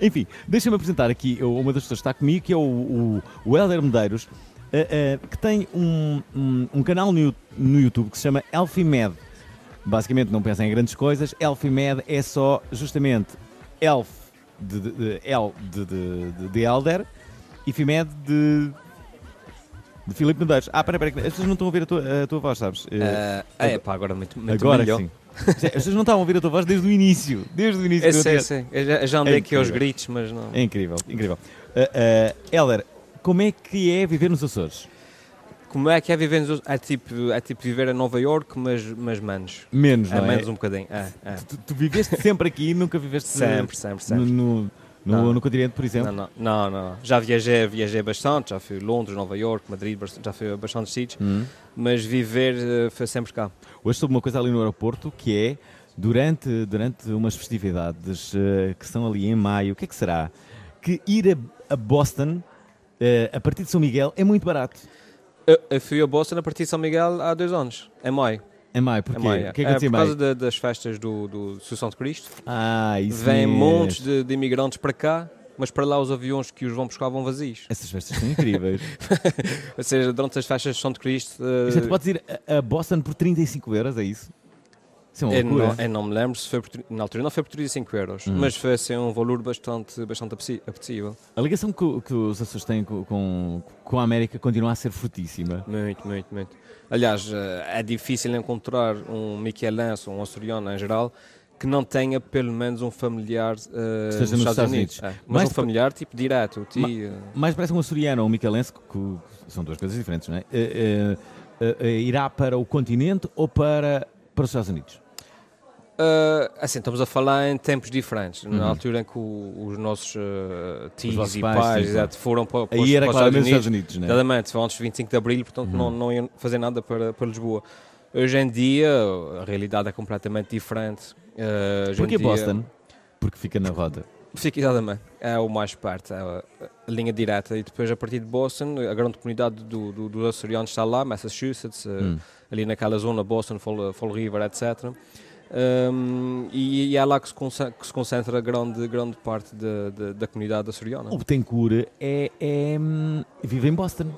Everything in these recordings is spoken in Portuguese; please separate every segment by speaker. Speaker 1: Enfim, deixa-me apresentar aqui eu- uma das pessoas que está comigo, que é o, o, o Helder Medeiros, eh, eh, que tem um, um, um canal no, Yu- no YouTube que se chama Elfimed. Basicamente, não pensa em grandes coisas, Elfimed é só justamente Elf de, de, de, El de, de, de, de Helder e Fimed de. De Filipe Medeiros. Ah, peraí, peraí, que as pessoas não estão a ouvir a tua, a tua voz, sabes? Eh,
Speaker 2: Ah, é pá, agora muito, muito
Speaker 1: Agora
Speaker 2: melhor.
Speaker 1: sim. As pessoas não estavam a ouvir a tua voz desde o início. Desde o início.
Speaker 2: É,
Speaker 1: do
Speaker 2: sei,
Speaker 1: dia.
Speaker 2: sei. Eu já, já andei
Speaker 1: É
Speaker 2: aqui aos
Speaker 1: incrível.
Speaker 2: gritos, mas não.
Speaker 1: É incrível, incrível. Uh, uh, Helder, como é que é viver nos Açores?
Speaker 2: Como é que é viver nos... é, tipo, é tipo viver a Nova York, mas, mas menos.
Speaker 1: Menos,
Speaker 2: É
Speaker 1: não é?
Speaker 2: menos um bocadinho. É, é.
Speaker 1: Tu, tu viveste sempre aqui e nunca viveste
Speaker 2: Sempre, sempre,
Speaker 1: no,
Speaker 2: sempre.
Speaker 1: no, no,
Speaker 2: Não.
Speaker 1: no continente, por exemplo?
Speaker 2: Não, não, não, não, não. Já viajei, viajei bastante, já fui a Londres, Nova York, Madrid, bast- já fui a bastantes sítios,
Speaker 1: Hum.
Speaker 2: mas viver eh, foi sempre cá.
Speaker 1: Hoje soube uma coisa ali no aeroporto que é durante, durante umas festividades uh, que são ali em maio, o que é que será? Que ir a, a Boston. uh, a partir de São Miguel é muito barato.
Speaker 2: Eu, eu fui a Boston a partir de São Miguel há dois anos, É em maio.
Speaker 1: Em maio,
Speaker 2: em
Speaker 1: porquê?
Speaker 2: maio,
Speaker 1: O que é que
Speaker 2: é,
Speaker 1: aconteceu em
Speaker 2: por
Speaker 1: maio?
Speaker 2: causa da- das festas do, do Sucção de Cristo.
Speaker 1: Ah, isso
Speaker 2: Vêm
Speaker 1: mesmo.
Speaker 2: montes de, de imigrantes para cá, mas para lá os aviões que os vão buscar vão vazios.
Speaker 1: Essas festas são incríveis. É.
Speaker 2: Ou seja, durante as festas de São de Cristo. eh,
Speaker 1: Portanto, podes ir a- a Boston por 35 euros, é isso? Isso é uma
Speaker 2: eu,
Speaker 1: loucura. Hum.
Speaker 2: não, eu não me lembro se foi por, tri- na altura não foi por 35 euros, mas foi assim, um valor bastante, bastante apeci- apetecível.
Speaker 1: A ligação que, o- que os Açores têm co- com, com a América continua a ser fortíssima.
Speaker 2: Muito, muito, muito. Aliás, eh, é difícil encontrar um michelense ou um açoriano em geral que não tenha pelo menos um familiar eh,
Speaker 1: Esteja
Speaker 2: nos Estados, Unidos. É, mas
Speaker 1: Mais
Speaker 2: um familiar tipo direto, o tio.
Speaker 1: Mais parece um açoriano ou um micalense, que, que são duas coisas diferentes, não é? Eh, eh, eh, eh, irá para o continente ou para, para os Estados Unidos?
Speaker 2: Ah, assim, estamos a falar em tempos diferentes. Na altura em que o- os nossos ah, tios
Speaker 1: vossos Uhum.
Speaker 2: e
Speaker 1: pais,
Speaker 2: pais,
Speaker 1: sim,
Speaker 2: exato, foram para, para, os-
Speaker 1: Aí era
Speaker 2: para os Estados
Speaker 1: claramente os
Speaker 2: Unidos, né?
Speaker 1: Estados Unidos, Uhum. não é?
Speaker 2: exatamente, foi antes de 25 de Abril, portanto não, não iam fazer nada para, para Lisboa. Hoje em dia a realidade é completamente diferente. Ah, hoje em
Speaker 1: Porquê
Speaker 2: dia-
Speaker 1: Boston? Porque fica na roda.
Speaker 2: Fica exatamente. É o mais perto, é a, a linha direta. E depois, a partir de Boston, a grande comunidade do, do, dos açorianos está lá, Massachusetts, eh,
Speaker 1: Hum.
Speaker 2: ali naquela zona, Boston, Fall, Fall River, etc. Hum, e, e é lá que se concentra, que se concentra grande, grande parte da- da- da comunidade açoriana.
Speaker 1: O Betancourt é, é, hum, vive em Boston.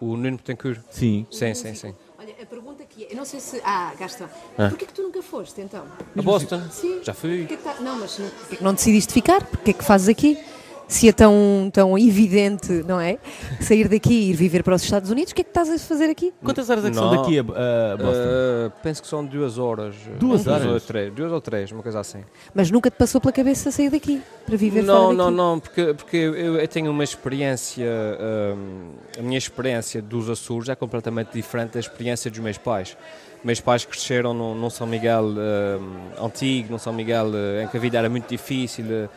Speaker 2: O Nuno Betancourt.
Speaker 1: Sim.
Speaker 2: Sim, sim, sim.
Speaker 3: Olha, a pergunta que é, eu não sei se. Ah, gasta.
Speaker 2: Ah.
Speaker 3: Porquê que tu nunca foste então?
Speaker 2: A Boston?
Speaker 3: Sim.
Speaker 2: Já fui.
Speaker 3: Porquê que tá- Não, mas não-
Speaker 4: Porquê que não decidiste ficar? Porquê que fazes aqui? Se é tão, tão evidente, não é? Sair daqui e ir viver para os Estados Unidos, o que é que estás a fazer aqui?
Speaker 1: Quantas horas é que são
Speaker 2: Não.
Speaker 1: daqui a, a Boston?
Speaker 2: Eh, penso que são duas horas.
Speaker 1: Duas
Speaker 2: Duas ou
Speaker 1: horas?
Speaker 2: três, duas ou três uma coisa assim.
Speaker 4: Mas nunca te passou pela cabeça sair daqui para viver
Speaker 2: não,
Speaker 4: fora
Speaker 2: não,
Speaker 4: daqui?
Speaker 2: não, porque, porque eu, eu tenho uma experiência, hum, a minha experiência dos Açores é completamente diferente da experiência dos meus pais. Meus pais cresceram num, num São Miguel hum, antigo, num São Miguel eh, em que a vida era muito difícil, eh,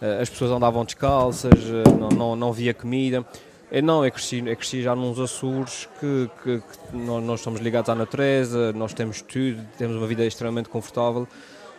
Speaker 2: eh, as pessoas andavam descalças, eh, não, não, não havia comida. Eu não, eu cresci, eu cresci já nos Açores, que, que- que nós, nós somos ligados à natureza, nós temos tudo, temos uma vida extremamente confortável.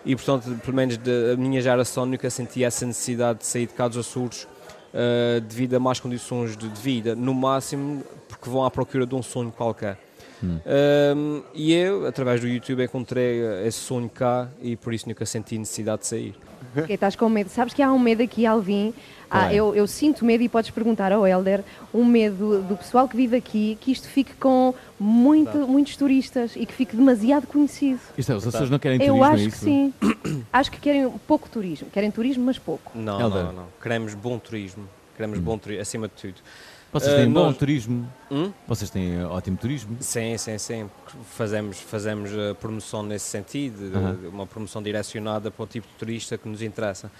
Speaker 2: E, portanto, pelo menos da a minha geração nunca senti essa necessidade de sair de cá dos Açores eh, devido a más condições de, de vida, no máximo porque vão à procura de um sonho qualquer.
Speaker 1: Hum.
Speaker 2: Ehm, e eu, através do YouTube, encontrei eh, esse sonho cá e por isso nunca senti necessidade de sair.
Speaker 5: Porque estás com medo. Sabes que há um medo aqui, Alvin. Há-
Speaker 1: Qual é?
Speaker 5: eu, eu sinto medo e podes perguntar ao Helder um medo do pessoal que vive aqui que isto fique com muito, muitos turistas e que fique demasiado conhecido.
Speaker 1: Isto é,
Speaker 2: tá.
Speaker 1: os Açores não querem
Speaker 5: eu
Speaker 1: turismo, é
Speaker 5: acho que
Speaker 1: isso?
Speaker 5: sim. acho que querem um pouco turismo. Querem turismo, mas pouco.
Speaker 2: Não,
Speaker 1: Helder. Hum.
Speaker 2: não, não. Queremos bom turismo. Queremos bom turismo, acima de tudo.
Speaker 1: Vocês
Speaker 2: Eh,
Speaker 1: têm bom
Speaker 2: nós-
Speaker 1: turismo.
Speaker 2: Hum?
Speaker 1: Vocês têm ótimo turismo.
Speaker 2: Sim, sim, sim. Fazemos, fazemos eh, promoção nesse sentido, eh, uma promoção direcionada para o tipo de turista que nos interessa.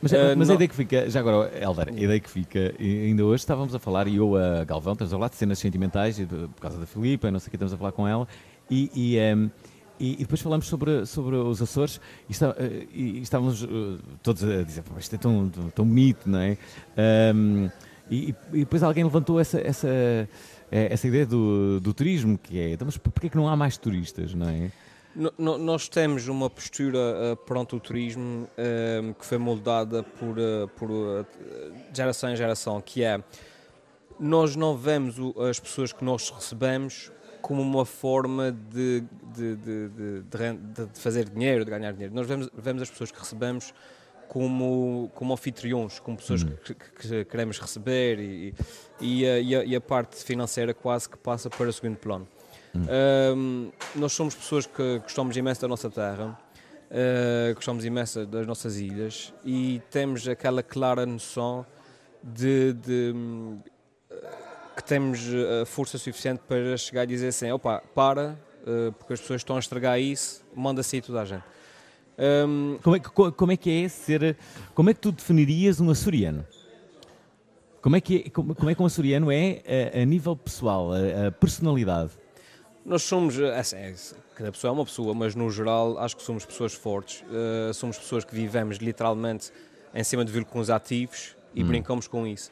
Speaker 1: Mas, é,
Speaker 2: Eh,
Speaker 1: mas a
Speaker 2: não-
Speaker 1: ideia que fica, já agora, Helder, a ideia que fica, e ainda hoje estávamos a falar, e eu a Galvão, estamos a falar de cenas sentimentais, e de- por causa da Filipa, não sei o que, estamos a falar com ela, e, e, ehm, e- e depois falamos sobre, sobre os Açores, e, está- eh, e- e estávamos eh, todos a dizer, "Pá, isto é tão, tão, tão bonito, não é? Ahm, e, e depois alguém levantou essa, essa, eh, essa ideia do, do turismo, que é, "Então, mas porquê é que não há mais turistas, não é?
Speaker 2: No- no- nós temos uma postura eh, perante o turismo eh, que foi moldada por, eh, por eh, geração em geração, que é nós não vemos o- as pessoas que nós recebemos como uma forma de, de, de- de- de ren- de- de fazer dinheiro, de ganhar dinheiro. Nós vemos, vemos as pessoas que recebemos como, como anfitriões, como pessoas que, que queremos receber e, e, a, e a- e a parte financeira quase que passa para o segundo plano. Ahm, nós somos pessoas que gostamos imenso da nossa terra, ah, gostamos imenso das nossas ilhas e temos aquela clara noção de, de, hum, que temos eh, a força suficiente para chegar e dizer assim, opa, para, eh, porque as pessoas estão a estragar isso, manda sair toda a gente. Hum,
Speaker 1: Como é, que, co- como é que é ser. Como é que tu definirias um açoriano? Como é que, é- como, como é que um açoriano é a, a nível pessoal, a, a personalidade?
Speaker 2: nós somos, eh, assim, é isso, cada pessoa é uma pessoa, mas no geral acho que somos pessoas fortes, eh, somos pessoas que vivemos literalmente em cima de vulcões ativos e brincamos com isso.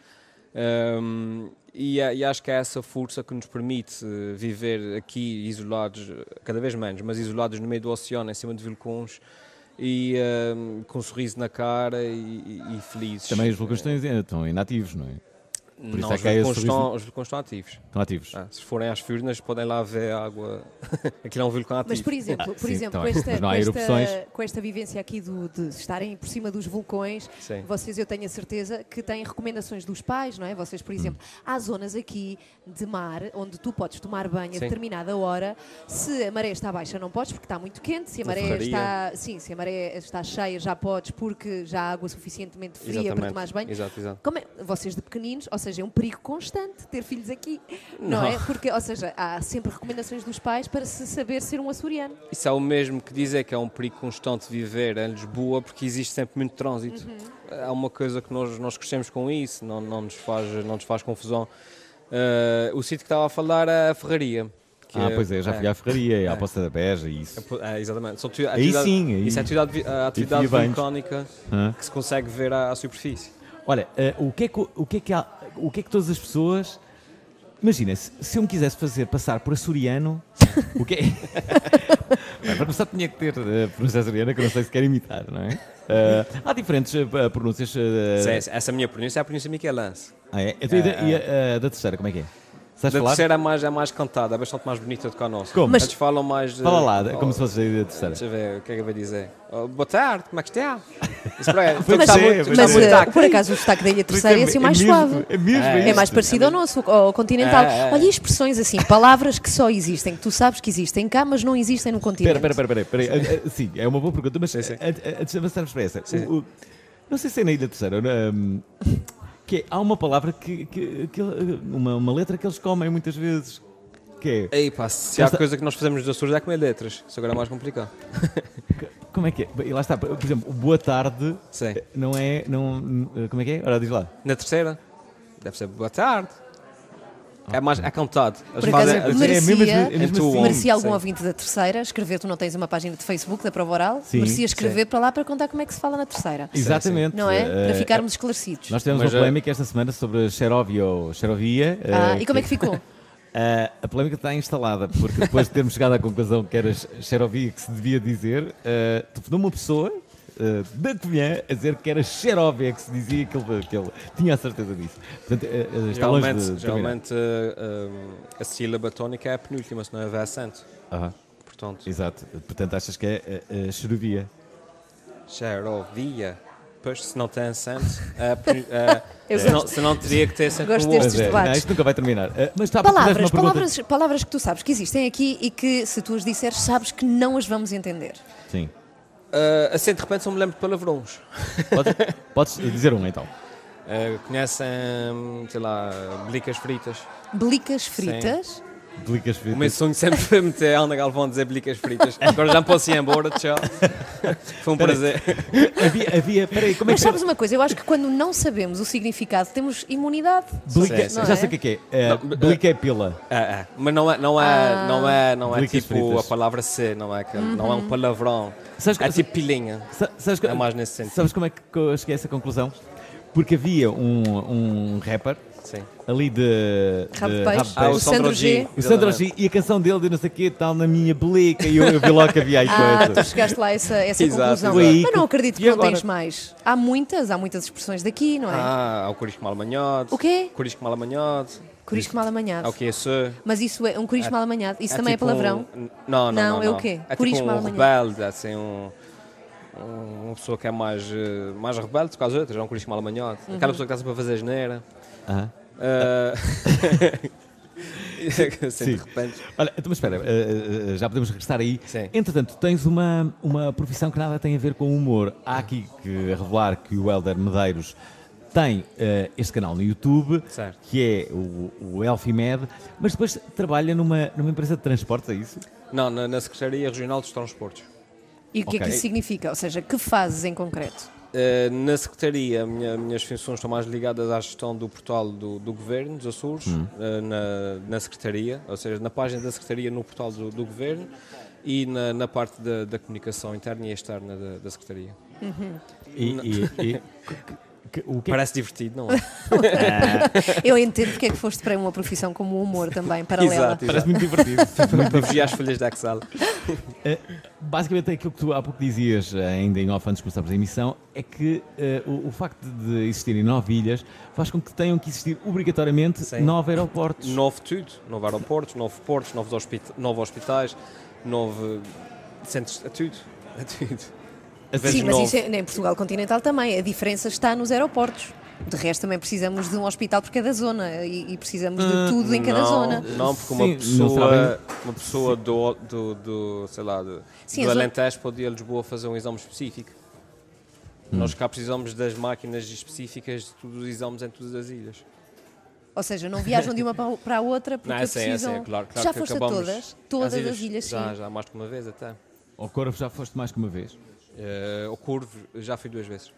Speaker 2: Hum, e, a- e acho que é essa força que nos permite eh, viver aqui isolados, eh, cada vez menos, mas isolados no meio do oceano, em cima de vulcões e hum, com um sorriso na cara e, e- e felizes.
Speaker 1: Também os vulcões estão, estão inativos, não é? por isso
Speaker 2: Não,
Speaker 1: é
Speaker 2: os
Speaker 1: que há esse
Speaker 2: vulcões
Speaker 1: sorriso-
Speaker 2: estão- os vulcões estão ativos.
Speaker 1: Estão ativos.
Speaker 2: Ah, se forem às Furnas, podem lá ver a água. Aquilo é um vulcão ativo.
Speaker 4: Mas, por exemplo, por
Speaker 1: Ah, sim,
Speaker 4: exemplo com,
Speaker 1: também.
Speaker 4: esta,
Speaker 1: Mas não
Speaker 4: com,
Speaker 1: há
Speaker 4: esta,
Speaker 1: erupções.
Speaker 4: com esta vivência aqui do, de estarem por cima dos vulcões,
Speaker 2: Sim.
Speaker 4: vocês, eu tenho a certeza, que têm recomendações dos pais, não é? Vocês,
Speaker 1: Hum.
Speaker 4: por exemplo, há zonas aqui de mar onde tu podes tomar banho a
Speaker 2: Sim.
Speaker 4: determinada hora. Se a maré está baixa, não podes porque está muito quente. Se a maré
Speaker 2: Ferraria.
Speaker 4: está, sim, se a maré está cheia, já podes porque já há água suficientemente fria para
Speaker 2: Exatamente.
Speaker 4: tomar banho.
Speaker 2: Exato, exato.
Speaker 4: Como é- Vocês de pequeninos, ou seja, é um perigo constante ter filhos aqui, não,
Speaker 2: Não.
Speaker 4: é? Porque, ou seja, há sempre recomendações dos pais para se saber ser um açoriano.
Speaker 2: Isso é o mesmo que dizer que é um perigo constante viver em Lisboa porque existe sempre muito trânsito.
Speaker 4: Uhum.
Speaker 2: É uma coisa que nós, nós crescemos com isso, não, não, nos, faz, não nos faz confusão. Eh, o sítio que estava a falar é a Ferraria. que
Speaker 1: ah, pois é, já fui à Ferraria, à
Speaker 2: é.
Speaker 1: Poça da Beja e isso.
Speaker 2: É, é, exatamente. São atividade,
Speaker 1: sim, aí-
Speaker 2: Isso é atividade, vi- a atividade
Speaker 1: fui bem.
Speaker 2: vulcânica
Speaker 1: Hã?
Speaker 2: que se consegue ver à, à superfície.
Speaker 1: Olha, eh, o, que é que, o, que é que há- o que é que todas as pessoas. Imagina, se, se eu me quisesse fazer passar por açoriano, o que é. Bem, para começar, tinha que ter eh, pronúncia açoriana que eu não sei se quero imitar, não é? Eh, há diferentes eh, p- pronúncias. eh,
Speaker 2: Essa- essa- Essa minha pronúncia é a pronúncia Michelense.
Speaker 1: ah, é? Então, e da,
Speaker 4: Eh,
Speaker 1: e a- a da terceira, como é que é? Sabes
Speaker 2: Da
Speaker 1: falar?
Speaker 2: terceira é mais, é mais cantada, é bastante mais bonita do que a nossa.
Speaker 1: Como?
Speaker 4: Mas- eh,
Speaker 2: Eles falam mais. de-
Speaker 1: Fala lá,
Speaker 2: Oh,
Speaker 1: como se fosse a da terceira.
Speaker 2: Deixa eu ver o que é que eu vou dizer. Oh, boa tarde, como é que está? é, Isso para aí.
Speaker 1: Mas-
Speaker 2: Está
Speaker 1: mas,
Speaker 2: muito- está
Speaker 4: Mas,
Speaker 2: muito
Speaker 4: eh,
Speaker 2: sotaque.
Speaker 4: por acaso, o sotaque da Ilha Terceira é assim mais
Speaker 1: mesmo-
Speaker 4: suave.
Speaker 1: É mesmo
Speaker 4: É mais
Speaker 1: isto.
Speaker 4: parecido ao nosso, ao continental.
Speaker 2: É, é.
Speaker 4: Olha, e expressões assim, palavras que só existem, que tu sabes que existem cá, mas não existem no continente.
Speaker 1: Espera, espera, espera, espera. espera. Ah, ah, Sim, é uma boa pergunta, mas
Speaker 2: sim.
Speaker 1: ah, ah, antes de avançarmos para essa, o- o- não sei se é na Ilha Terceira, ou na- hum, que é- há uma palavra que, que- que- uma, uma letra que eles comem muitas vezes, que é,
Speaker 2: Ei, pá, se há
Speaker 1: Esta-
Speaker 2: coisa que nós fazemos dos Açores é comer letras. Isso agora é mais complicado.
Speaker 1: como é que é? E lá está, por exemplo, o boa tarde,
Speaker 2: Sim.
Speaker 1: não é, não, ah, como é que é? Ora, diz lá.
Speaker 2: Na terceira, deve ser boa tarde. É mais, é cantado. Eles
Speaker 4: Por
Speaker 2: fazem-
Speaker 4: acaso,
Speaker 2: eles-
Speaker 1: é mesmo-
Speaker 4: merecia,
Speaker 1: é mesmo
Speaker 2: Into
Speaker 1: assim.
Speaker 2: Bom,
Speaker 4: merecia algum
Speaker 2: sim.
Speaker 4: ouvinte da Terceira escrever, tu não tens uma página de Facebook da prova oral,
Speaker 1: Sim,
Speaker 4: merecia escrever para lá para contar como é que se fala na Terceira.
Speaker 1: Exatamente.
Speaker 4: Não é?
Speaker 1: Ah,
Speaker 4: Para ficarmos esclarecidos.
Speaker 1: Nós tivemos
Speaker 2: Mas,
Speaker 1: uma
Speaker 2: ah,
Speaker 1: polémica esta semana sobre Xerovia ou Xerovia.
Speaker 4: Ah,
Speaker 1: ah,
Speaker 4: e como é que ficou?
Speaker 1: Ah, a polémica está instalada, porque depois de termos chegado à conclusão que era xerovia que se devia dizer, ah, telefonou uma pessoa ah, da Covilhã a dizer que era xerovia que se dizia que ele, que ele tinha a certeza disso. Portanto, ah, ah, está longe de,
Speaker 2: Geralmente,
Speaker 1: de terminar.
Speaker 2: geralmente eh, hum, a sílaba tónica é a penúltima, se não houver acento.
Speaker 1: Aham,
Speaker 2: Portanto,
Speaker 1: exato. Portanto, achas que é ah, ah, xerovia?
Speaker 2: xerovia. Pois, se não tem acento, é a penu- é-
Speaker 4: Eu
Speaker 2: se, não, se não teria que ter acento
Speaker 4: Gosto
Speaker 2: no
Speaker 4: destes
Speaker 2: outro.
Speaker 1: Pois é,
Speaker 4: debates.
Speaker 1: não, isto nunca vai terminar. Ah, mas está
Speaker 4: Palavras,
Speaker 1: uma pergunta.
Speaker 4: palavras, palavras que tu sabes que existem aqui e que se tu as disseres, sabes que não as vamos entender.
Speaker 1: Sim.
Speaker 2: Eh, assim, de repente, só me lembro de palavrões.
Speaker 1: Podes, podes dizer um então.
Speaker 2: Eh, conhecem, sei lá, belicas fritas.
Speaker 4: Belicas fritas.
Speaker 1: Delicas
Speaker 2: O meu sonho sempre foi meter a Ana Galvão dizer belicas fritas. Agora já me posso ir embora, tchau. Foi um prazer.
Speaker 1: Havia, havia, peraí, como é
Speaker 4: Mas
Speaker 1: que era?
Speaker 4: sabes uma coisa? Eu acho que quando não sabemos o significado, temos imunidade.
Speaker 1: Blica,
Speaker 2: Sim, sim.
Speaker 1: já sei o que é que é. Ah,
Speaker 2: Não, ah,
Speaker 1: Blica é pila.
Speaker 2: É, é. Mas não é, não é,
Speaker 4: Ah.
Speaker 2: não é, não é
Speaker 1: Belicas
Speaker 2: tipo
Speaker 1: fritas.
Speaker 2: a palavra C, não é, aquele- não é
Speaker 4: Uhum.
Speaker 2: um palavrão.
Speaker 1: Sabes que-
Speaker 2: é tipo pilinha.
Speaker 1: Sa- Sabes,
Speaker 2: É mais nesse sentido.
Speaker 1: Sabes como é que eu cheguei a essa conclusão? Porque havia um, um rapper
Speaker 2: Sim.
Speaker 1: ali de.
Speaker 4: Rabo de
Speaker 1: de
Speaker 4: peixe.
Speaker 2: Ah, o
Speaker 4: o Sandro
Speaker 2: Sandro
Speaker 4: G.
Speaker 2: G.
Speaker 1: O Sandro G e a canção dele de não sei o quê, tal na minha blica, e eu, eu vi logo que havia aí
Speaker 4: Ah, tu
Speaker 1: coisas.
Speaker 4: chegaste lá a essa, essa
Speaker 2: Exato,
Speaker 4: conclusão.
Speaker 1: exato.
Speaker 4: Mas não acredito que
Speaker 1: E
Speaker 4: não
Speaker 1: agora?
Speaker 4: tens mais. Há muitas, há muitas expressões daqui, não é?
Speaker 2: Ah, há o corisco mal amanhado.
Speaker 4: O quê?
Speaker 2: Corisco mal amanhado.
Speaker 4: Corisco mal amanhado.
Speaker 2: Há o que é isso?
Speaker 4: Mas isso é um corisco mal amanhado. Isso também
Speaker 2: tipo
Speaker 4: é palavrão.
Speaker 2: um- Não, não, não.
Speaker 4: Não, é o
Speaker 2: não.
Speaker 4: quê?
Speaker 2: É tipo
Speaker 4: Corisco mal
Speaker 2: um
Speaker 4: amanhado.
Speaker 2: rebelde, assim, um... um- uma pessoa que é mais, eh, mais rebelde do que as outras, é um corisco mal amanhado,
Speaker 4: Uhum.
Speaker 2: aquela pessoa que está sempre a fazer geneira.
Speaker 1: Aham.
Speaker 2: Assim, de repente.
Speaker 1: Olha, então, mas espera, eh, eh, eh, já podemos regressar aí.
Speaker 2: Sim.
Speaker 1: Entretanto, tens uma, uma profissão que nada tem a ver com o humor. Há aqui que revelar que o Helder Medeiros tem eh, este canal no YouTube,
Speaker 2: Certo.
Speaker 1: que é o, o Elfimed, mas depois trabalha numa, numa empresa de transportes, é isso?
Speaker 2: Não, na, na Secretaria Regional dos Transportes.
Speaker 4: E o que é que
Speaker 1: Ok.
Speaker 4: isso significa? Ou seja, que fazes em concreto?
Speaker 2: Eh, na Secretaria, a minha- minhas funções estão mais ligadas à gestão do portal do, do Governo, dos Açores, eh, na, na Secretaria, ou seja, na página da Secretaria no portal do, do Governo e na, na parte da, da comunicação interna e externa da, da Secretaria.
Speaker 1: E, e- e- que- que- o que é
Speaker 2: Parece divertido, não é?
Speaker 4: Eu entendo porque é que foste para uma profissão como o humor também, paralela.
Speaker 2: exato,
Speaker 1: Parece
Speaker 2: exato.
Speaker 1: muito divertido.
Speaker 2: Vigia as folhas da Excel.
Speaker 1: Basicamente, aquilo que tu há pouco dizias, ainda em off, antes de começarmos a emissão, é que eh, o, o facto de existirem nove ilhas faz com que tenham que existir obrigatoriamente
Speaker 2: Sim.
Speaker 1: nove aeroportos.
Speaker 2: Novo tudo, novo aeroportos, novo portos, novos, hospita novo hospitais, novo centros, é tudo, é tudo.
Speaker 4: Sim,
Speaker 2: Vezes
Speaker 4: mas
Speaker 2: nove.
Speaker 4: isso é, em Portugal continental também. A diferença está nos aeroportos. De resto, também precisamos de um hospital por cada zona e, e precisamos de tudo em cada
Speaker 2: Hum, não,
Speaker 4: zona.
Speaker 2: Não, porque uma
Speaker 1: Sim, não
Speaker 2: pessoa,
Speaker 1: sabem.
Speaker 2: uma pessoa do, do, do, sei lá, do,
Speaker 4: Sim,
Speaker 2: do
Speaker 4: as o-
Speaker 2: Alentejo pode ir a Lisboa fazer um exame específico.
Speaker 1: Hum.
Speaker 2: Nós cá precisamos das máquinas específicas de todos os exames em todas as ilhas.
Speaker 4: Ou seja, não viajam de uma pa- para a outra porque
Speaker 2: Não, essa é, essa
Speaker 4: precisam.
Speaker 2: é, claro, claro
Speaker 4: Já
Speaker 2: que
Speaker 4: foste a
Speaker 2: acabamos
Speaker 4: todas? Todas as ilhas, sim.
Speaker 2: Já, já, mais que uma vez até.
Speaker 1: Ao Corvo já foste mais que uma vez.
Speaker 2: Eh, o Curvo já fui duas vezes.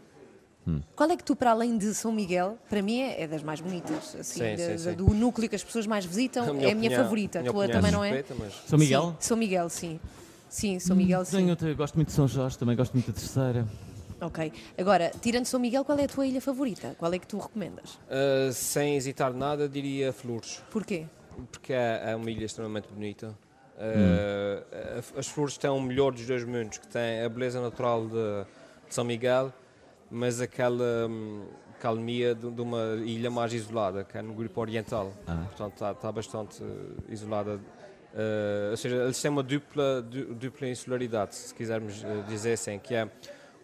Speaker 4: Qual é que tu, para além de São Miguel, para mim é é das mais bonitas, assim,
Speaker 2: Sim,
Speaker 4: da-
Speaker 2: sim,
Speaker 4: da-
Speaker 2: sim.
Speaker 4: do núcleo que as pessoas mais visitam, é a minha
Speaker 2: opinião-
Speaker 4: favorita. A
Speaker 2: minha
Speaker 4: tua
Speaker 2: opinião
Speaker 4: também não é?
Speaker 2: suspeita, mas-
Speaker 1: São Miguel? Hum,
Speaker 4: Sim, São Miguel, sim. Sim, São Miguel, sim.
Speaker 1: Tenho outra, gosto muito de São Jorge, também gosto muito da terceira.
Speaker 4: Ok. Agora, tirando São Miguel, qual é a tua ilha favorita? Qual é que tu recomendas?
Speaker 2: Eh, sem hesitar nada, diria Flores.
Speaker 4: Porquê?
Speaker 2: porque é, é uma ilha extremamente bonita. Eh, a- As flores têm o melhor dos dois mundos, que tem a beleza natural de, de São Miguel, mas aquela hum, calmia de, de uma ilha mais isolada, que é no grupo oriental. Portanto, está bastante eh, isolada. Eh, ou seja, eles têm uma dupla, du- dupla insularidade, se quisermos eh, dizer assim, que é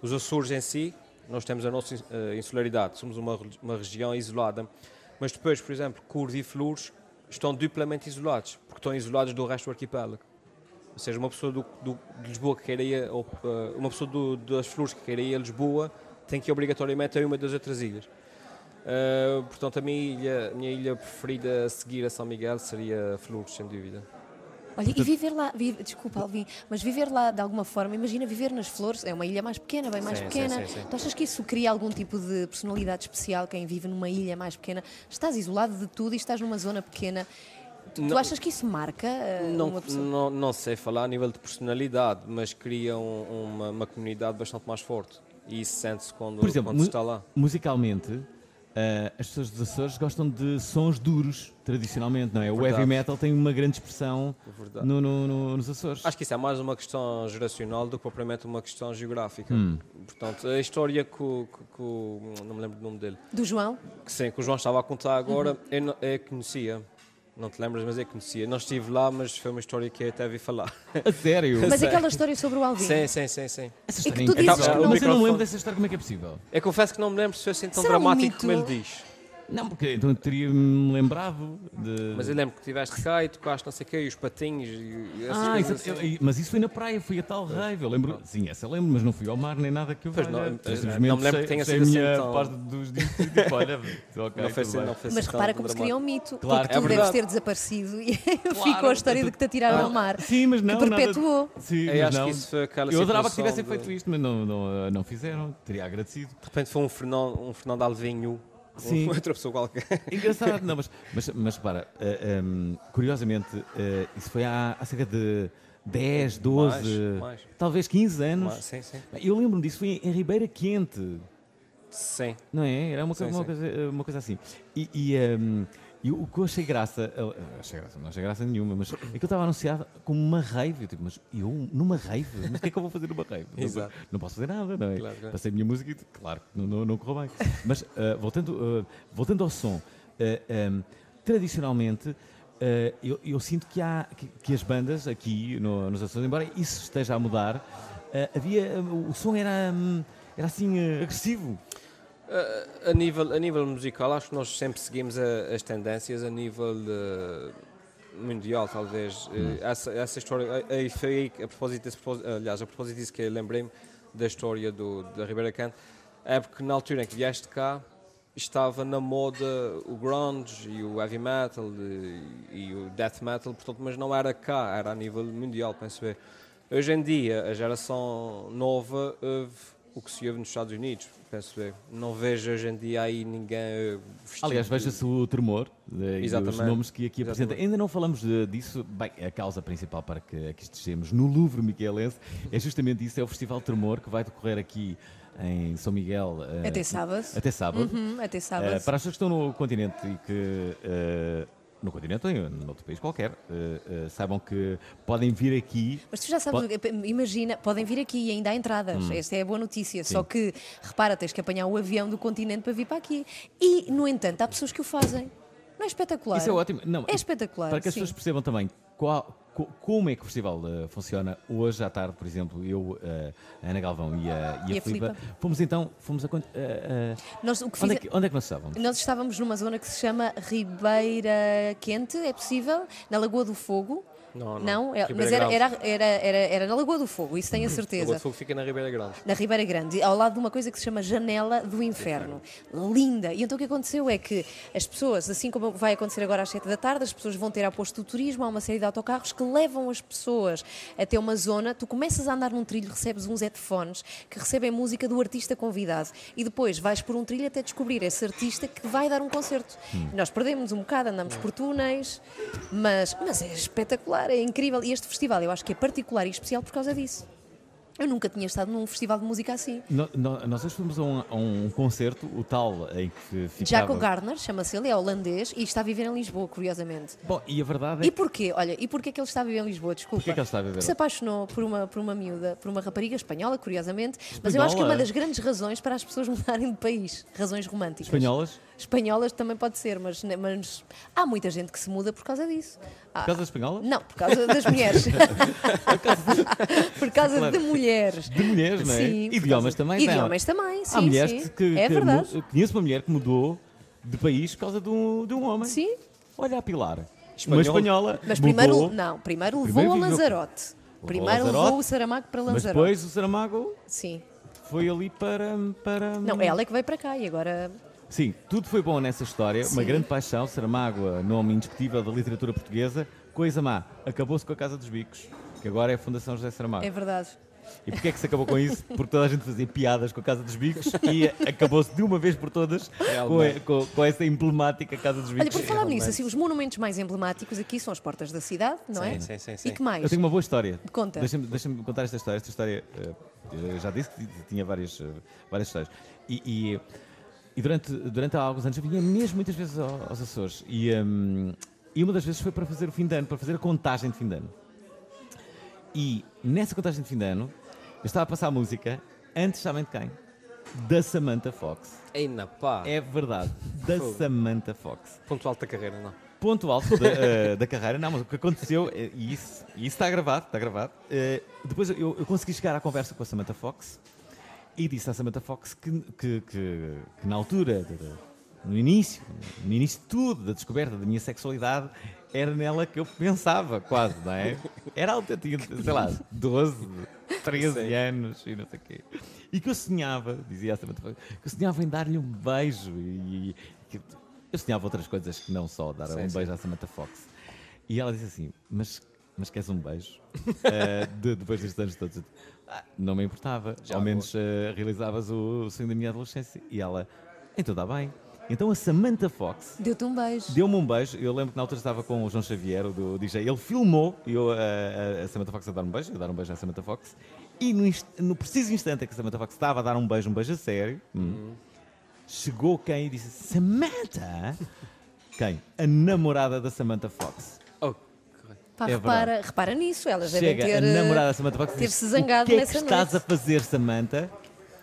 Speaker 2: os Açores em si, nós temos a nossa ins- eh, insularidade, somos uma, re- uma região isolada, mas depois, por exemplo, Curvo e Flores estão duplamente isolados, porque estão isolados do resto do arquipélago. Ou seja, uma pessoa do, do- de Lisboa que queira ir, ou, eh, uma pessoa do- das Flores que queira ir a Lisboa, tem que ir obrigatoriamente a uma das outras ilhas. Eh, portanto, a minha ilha, a minha ilha preferida a seguir a São Miguel seria Flores, sem dúvida.
Speaker 4: Olha, e viver lá, vi- desculpa, Alvin, mas viver lá de alguma forma, imagina viver nas flores, é uma ilha mais pequena, bem mais
Speaker 2: Sim, sim,
Speaker 4: pequena.
Speaker 2: sim, sim.
Speaker 4: Tu achas que isso cria algum tipo de personalidade especial? Quem vive numa ilha mais pequena, estás isolado de tudo e estás numa zona pequena. Tu, tu
Speaker 2: Não-
Speaker 4: achas que isso marca eh,
Speaker 2: Não,
Speaker 4: uma pessoa?
Speaker 2: não, não sei falar a nível de personalidade, mas cria um- uma, uma comunidade bastante mais forte. E isso sente-se quando,
Speaker 1: Por exemplo,
Speaker 2: quando se
Speaker 1: mu-
Speaker 2: está lá.
Speaker 1: musicalmente, eh, as pessoas dos Açores gostam de sons duros, tradicionalmente, não é? O
Speaker 2: Verdade.
Speaker 1: heavy metal tem uma grande expressão
Speaker 2: é Verdade.
Speaker 1: no- no- no- nos Açores.
Speaker 2: Acho que isso é mais uma questão geracional do que propriamente uma questão geográfica.
Speaker 1: Hum.
Speaker 2: Portanto, a história que, o- que, que o- não me lembro do nome dele,
Speaker 4: Do João?
Speaker 2: que, sim, que o João estava a contar agora,
Speaker 1: Uhum.
Speaker 2: eu, não- eu conhecia. Não te lembras, mas eu conhecia. Não estive lá, mas foi uma história que eu até vi falar.
Speaker 1: A sério?
Speaker 4: Mas aquela história sobre o Alvin.
Speaker 2: é. sim, sim, sim, sim.
Speaker 1: Essa
Speaker 4: É que
Speaker 1: história
Speaker 4: tu dizes
Speaker 1: incrível.
Speaker 2: que não.
Speaker 1: Mas eu não me
Speaker 2: Então, Microfone.
Speaker 1: lembro dessa história, como é que é possível?
Speaker 2: Eu confesso que não me lembro se foi assim tão
Speaker 4: Será um
Speaker 2: dramático
Speaker 4: mito?
Speaker 2: como ele diz.
Speaker 1: Não, porque então eu teria-me lembrado de...
Speaker 2: Mas eu lembro que tiveste cá e tocaste não sei o quê, e os patinhos e e essas
Speaker 1: Ah,
Speaker 2: coisas
Speaker 1: isso-
Speaker 4: é
Speaker 2: assim.
Speaker 1: eu- eu- mas isso foi na praia, fui a tal raiva. Eu lembro, sim, essa eu lembro, mas não fui ao mar nem nada que eu
Speaker 2: Pois
Speaker 1: veja.
Speaker 2: não, eu- eu-
Speaker 1: Simplesmente
Speaker 2: não me lembro
Speaker 1: sei-
Speaker 2: que tenha
Speaker 1: sei
Speaker 2: sido
Speaker 1: a
Speaker 2: assim
Speaker 1: minha
Speaker 2: tão-
Speaker 1: parte dos dias. Tipo, olha, ok,
Speaker 2: Não foi
Speaker 1: tudo
Speaker 2: assim,
Speaker 1: bem.
Speaker 2: não foi assim
Speaker 4: Mas
Speaker 2: tão
Speaker 4: repara como se cria um
Speaker 2: dramático.
Speaker 4: mito,
Speaker 1: Claro,
Speaker 4: porque
Speaker 2: é
Speaker 4: tu deves
Speaker 2: verdade.
Speaker 4: ter desaparecido e ficou a história de que te atiraram ao mar.
Speaker 1: Sim, mas não.
Speaker 4: que
Speaker 1: nada-
Speaker 4: perpetuou.
Speaker 1: Sim,
Speaker 2: Eu
Speaker 1: mas
Speaker 2: acho
Speaker 1: não.
Speaker 2: que isso foi aquela
Speaker 1: Eu adorava que
Speaker 2: situação
Speaker 1: tivessem
Speaker 2: de-
Speaker 1: feito isto, mas não, não, não fizeram. Teria agradecido.
Speaker 2: De repente foi um Fernando, um Fernando Alvinho,
Speaker 1: Sim.
Speaker 2: um outra pessoa qualquer.
Speaker 1: Engraçado, não, mas, mas, mas para, eh, ehm, curiosamente, eh, isso foi há, há cerca de 10, 12,
Speaker 2: mais.
Speaker 1: talvez 15 anos.
Speaker 2: Mas, sim, sim.
Speaker 1: Eu lembro-me disso, foi em Ribeira Quente.
Speaker 2: Sim.
Speaker 1: Não é? Era uma, coisa,
Speaker 2: Sim,
Speaker 1: uma, Coisa, uma coisa assim. E, e, ehm, e o que eu achei graça, eh, eu- eu achei graça, não achei graça nenhuma, mas é que eu estava anunciado como uma rave. Eu tipo, mas eu numa rave? Mas o que é que eu vou fazer numa rave? Não,
Speaker 2: Exato.
Speaker 1: não posso fazer nada, não é?
Speaker 2: Claro, claro.
Speaker 1: Passei a minha música e claro que não, não, não correu bem. Mas ah, voltando, ah, voltando ao som, ah, ehm, tradicionalmente. ah, eu, eu sinto que há que, que as bandas aqui no- nos Açores, embora isso esteja a mudar, ah, havia, ah, o som era, hum, era assim ah, agressivo.
Speaker 2: A nível, a nível musical, acho que nós sempre seguimos a- as tendências a nível eh, mundial, talvez. Eh, Essa, essa história, eh, aí foi aí que, a propósito desse, propósito- aliás, a propósito disso que eu lembrei-me da história do, da Ribeira Canto, é porque na altura em que vieste cá, estava na moda o grunge e o heavy metal e, e o death metal, portanto, mas não era cá, era a nível mundial, penso eu. Hoje em dia, a geração nova ouve o que se ouve nos Estados Unidos, penso eu. Não vejo hoje em dia aí ninguém eh, vestido.
Speaker 1: Aliás,
Speaker 2: de-
Speaker 1: veja-se o tremor eh, e os
Speaker 2: Exatamente.
Speaker 1: nomes que aqui apresenta.
Speaker 2: Exatamente.
Speaker 1: Ainda não falamos de- disso. Bem, a causa principal para que aqui estejamos no Louvre Miquelense é justamente isso: é o Festival Tremor que vai decorrer aqui em São Miguel. eh,
Speaker 4: Até sábado.
Speaker 1: Até sábado.
Speaker 4: Uhum, até sábado.
Speaker 2: É,
Speaker 1: Eh, para as pessoas que estão no continente e que. eh, no continente ou em outro país qualquer, eh, eh, saibam que podem vir aqui.
Speaker 4: Mas tu já sabes,
Speaker 1: Po- Hum.
Speaker 4: o que- é, imagina, podem vir aqui e ainda há entradas. Esta é a boa notícia. Só que, repara, tens que apanhar o avião do continente para vir para aqui. E, no entanto, há pessoas que o fazem. Não é espetacular?
Speaker 1: Isso é ótimo. Não,
Speaker 4: É espetacular,
Speaker 1: Para que as
Speaker 4: sim.
Speaker 1: pessoas percebam também qual- co- como é que o festival eh, funciona hoje à tarde, por exemplo, eu, eh, a Ana Galvão e a, e a Filipa, fomos então, fomos a. quant- eh, eh,
Speaker 4: Nós, o que
Speaker 1: onde, é
Speaker 4: fize-
Speaker 1: que, onde é que nós estávamos?
Speaker 4: Nós estávamos numa zona que se chama Ribeira Quente, é possível? Na Lagoa do Fogo.
Speaker 2: Não, não.
Speaker 4: é- mas
Speaker 2: Ribeira
Speaker 4: era, era, era, era, era na Lagoa do Fogo, isso
Speaker 1: Uhum.
Speaker 4: tenho
Speaker 2: O
Speaker 4: a certeza.
Speaker 2: Botafogo fica na Ribeira Grande.
Speaker 4: na Ribeira Grande, ao lado de uma coisa que se chama Janela do Inferno. Linda! E então o que aconteceu é que as pessoas, assim como vai acontecer agora às 7 da tarde, as pessoas vão ter ao posto do turismo, há uma série de autocarros que levam as pessoas até uma zona, tu começas a andar num trilho, recebes uns headphones que recebem música do artista convidado e depois vais por um trilho até descobrir esse artista que vai dar um concerto. Nós perdemos um bocado, andamos por túneis, mas, mas é espetacular, é incrível. E este festival eu acho que é particular e especial por causa disso. Eu nunca tinha estado num festival de música assim.
Speaker 1: No- no- nós hoje fomos a um, a um concerto, o tal eh, em que ficava...
Speaker 4: Jaco Gardner, chama-se ele, é holandês e está a viver em Lisboa, curiosamente.
Speaker 1: Bom, e a verdade é
Speaker 4: E porquê? Olha, e porquê que ele está a viver em Lisboa? Desculpa.
Speaker 1: Porquê que ele está a viver
Speaker 4: Porque
Speaker 1: lá?
Speaker 4: se apaixonou por uma, por uma miúda, por uma rapariga espanhola, curiosamente. Mas eu
Speaker 1: Espanhola?
Speaker 4: acho que é uma das grandes razões para as pessoas mudarem de país. Razões românticas.
Speaker 1: Espanholas?
Speaker 4: Espanholas também pode ser, mas, né, mas há muita gente que se muda por causa disso.
Speaker 1: Por causa da espanhola?
Speaker 4: Não, por causa das mulheres. por causa
Speaker 1: Claro.
Speaker 4: de mulheres.
Speaker 1: De mulheres, não é?
Speaker 4: Sim,
Speaker 1: e de
Speaker 4: por causa-
Speaker 1: homens também,
Speaker 4: E
Speaker 1: não
Speaker 4: de
Speaker 1: é?
Speaker 4: homens também, sim.
Speaker 1: Há mulheres
Speaker 4: sim.
Speaker 1: que, que-
Speaker 4: é
Speaker 1: que
Speaker 4: verdade.
Speaker 1: mu- conheço uma mulher que mudou de país por causa de um, de um homem.
Speaker 4: Sim.
Speaker 1: Olha a Pilar.
Speaker 2: Espanhol.
Speaker 1: Uma espanhola.
Speaker 4: Mas
Speaker 1: mudou,
Speaker 4: primeiro, não, primeiro levou
Speaker 1: Primeiro
Speaker 4: a
Speaker 1: viveu-
Speaker 4: Lanzarote.
Speaker 1: a
Speaker 4: Primeiro
Speaker 1: Lanzarote,
Speaker 4: levou o Saramago para
Speaker 1: Mas
Speaker 4: Lanzarote.
Speaker 1: depois o Saramago
Speaker 4: Sim.
Speaker 1: foi ali para. para
Speaker 4: Não, ela é que veio para cá e agora.
Speaker 1: Sim, tudo foi bom nessa história. Uma
Speaker 4: Sim.
Speaker 1: grande paixão. Saramago, nome indiscutível da literatura portuguesa. Coisa má. Acabou-se com a Casa dos Bicos, que agora é a Fundação José Saramago.
Speaker 4: É verdade.
Speaker 1: E porquê é que se acabou com isso? Porque toda a gente fazia piadas com a Casa dos Bicos e acabou-se de uma vez por todas com,
Speaker 2: Realmente.
Speaker 1: com- com essa emblemática Casa dos
Speaker 4: Olha,
Speaker 1: Bicos.
Speaker 4: por falar nisso, assim, os monumentos mais emblemáticos aqui são as portas da cidade, não é?
Speaker 2: Sim, sim, sim, sim.
Speaker 4: E que mais?
Speaker 1: Eu tenho uma boa história.
Speaker 4: Conta.
Speaker 1: Deixa-me deixa-me contar esta história. Esta história, eh, eu já disse que tinha várias, eh, várias histórias. E, e, e durante, durante há alguns anos eu vinha mesmo muitas vezes ao- aos Açores. E, hum, e uma das vezes foi para fazer o fim de ano, para fazer a contagem de fim de ano. E nessa contagem de fim de ano, eu estava a passar a música, antes sabem de quem? Da Samantha Fox.
Speaker 2: Ei, na pá.
Speaker 1: É verdade, da Samantha Fox
Speaker 2: Ponto alto da carreira, não.
Speaker 1: ponto alto da, eh, da carreira, não, mas o que aconteceu, eh, e isso, e isso está gravado, está gravado. eh, depois eu, eu consegui chegar à conversa com a Samantha Fox e disse à Samantha Fox que, que, que- que na altura, de- de- no início, no início de tudo, da descoberta da minha sexualidade, era nela que eu pensava, quase, não é? Era autêntico, sei lá, 12, 13 anos e não sei o quê. E que eu sonhava, dizia a Samantha Fox, que eu sonhava em dar-lhe um beijo e, e que eu sonhava outras coisas que não só dar um
Speaker 2: sim.
Speaker 1: beijo à Samantha Fox. E ela disse assim, mas, mas queres um beijo? Eh, de- depois destes anos todos. Eu disse, "Ah, não me importava, ao
Speaker 2: agora."
Speaker 1: menos eh, realizavas o, o sonho da minha adolescência. E ela, então está bem. Então a Samantha Fox
Speaker 4: Deu-te um beijo.
Speaker 1: deu-me um beijo. Eu lembro que na altura estava com o João Xavier, o do DJ. Ele filmou e eu, eh, a, a Samantha Fox a dar um beijo, eu a dar um beijo à Samantha Fox. E no, inst- no preciso instante em que a Samantha Fox estava a dar um beijo, um beijo a sério, hum, chegou quem e disse: Samantha? quem? A namorada da Samantha Fox.
Speaker 2: Oh, correto.
Speaker 4: Pá,
Speaker 1: É
Speaker 4: repara, repara nisso, elas
Speaker 1: Chega
Speaker 4: devem ter.
Speaker 1: a
Speaker 4: eh,
Speaker 1: namorada da Samantha Fox e
Speaker 4: ter-se
Speaker 1: diz,
Speaker 4: zangado
Speaker 1: O que é que
Speaker 4: nessa
Speaker 1: estás
Speaker 4: noite?"
Speaker 1: a fazer, Samantha?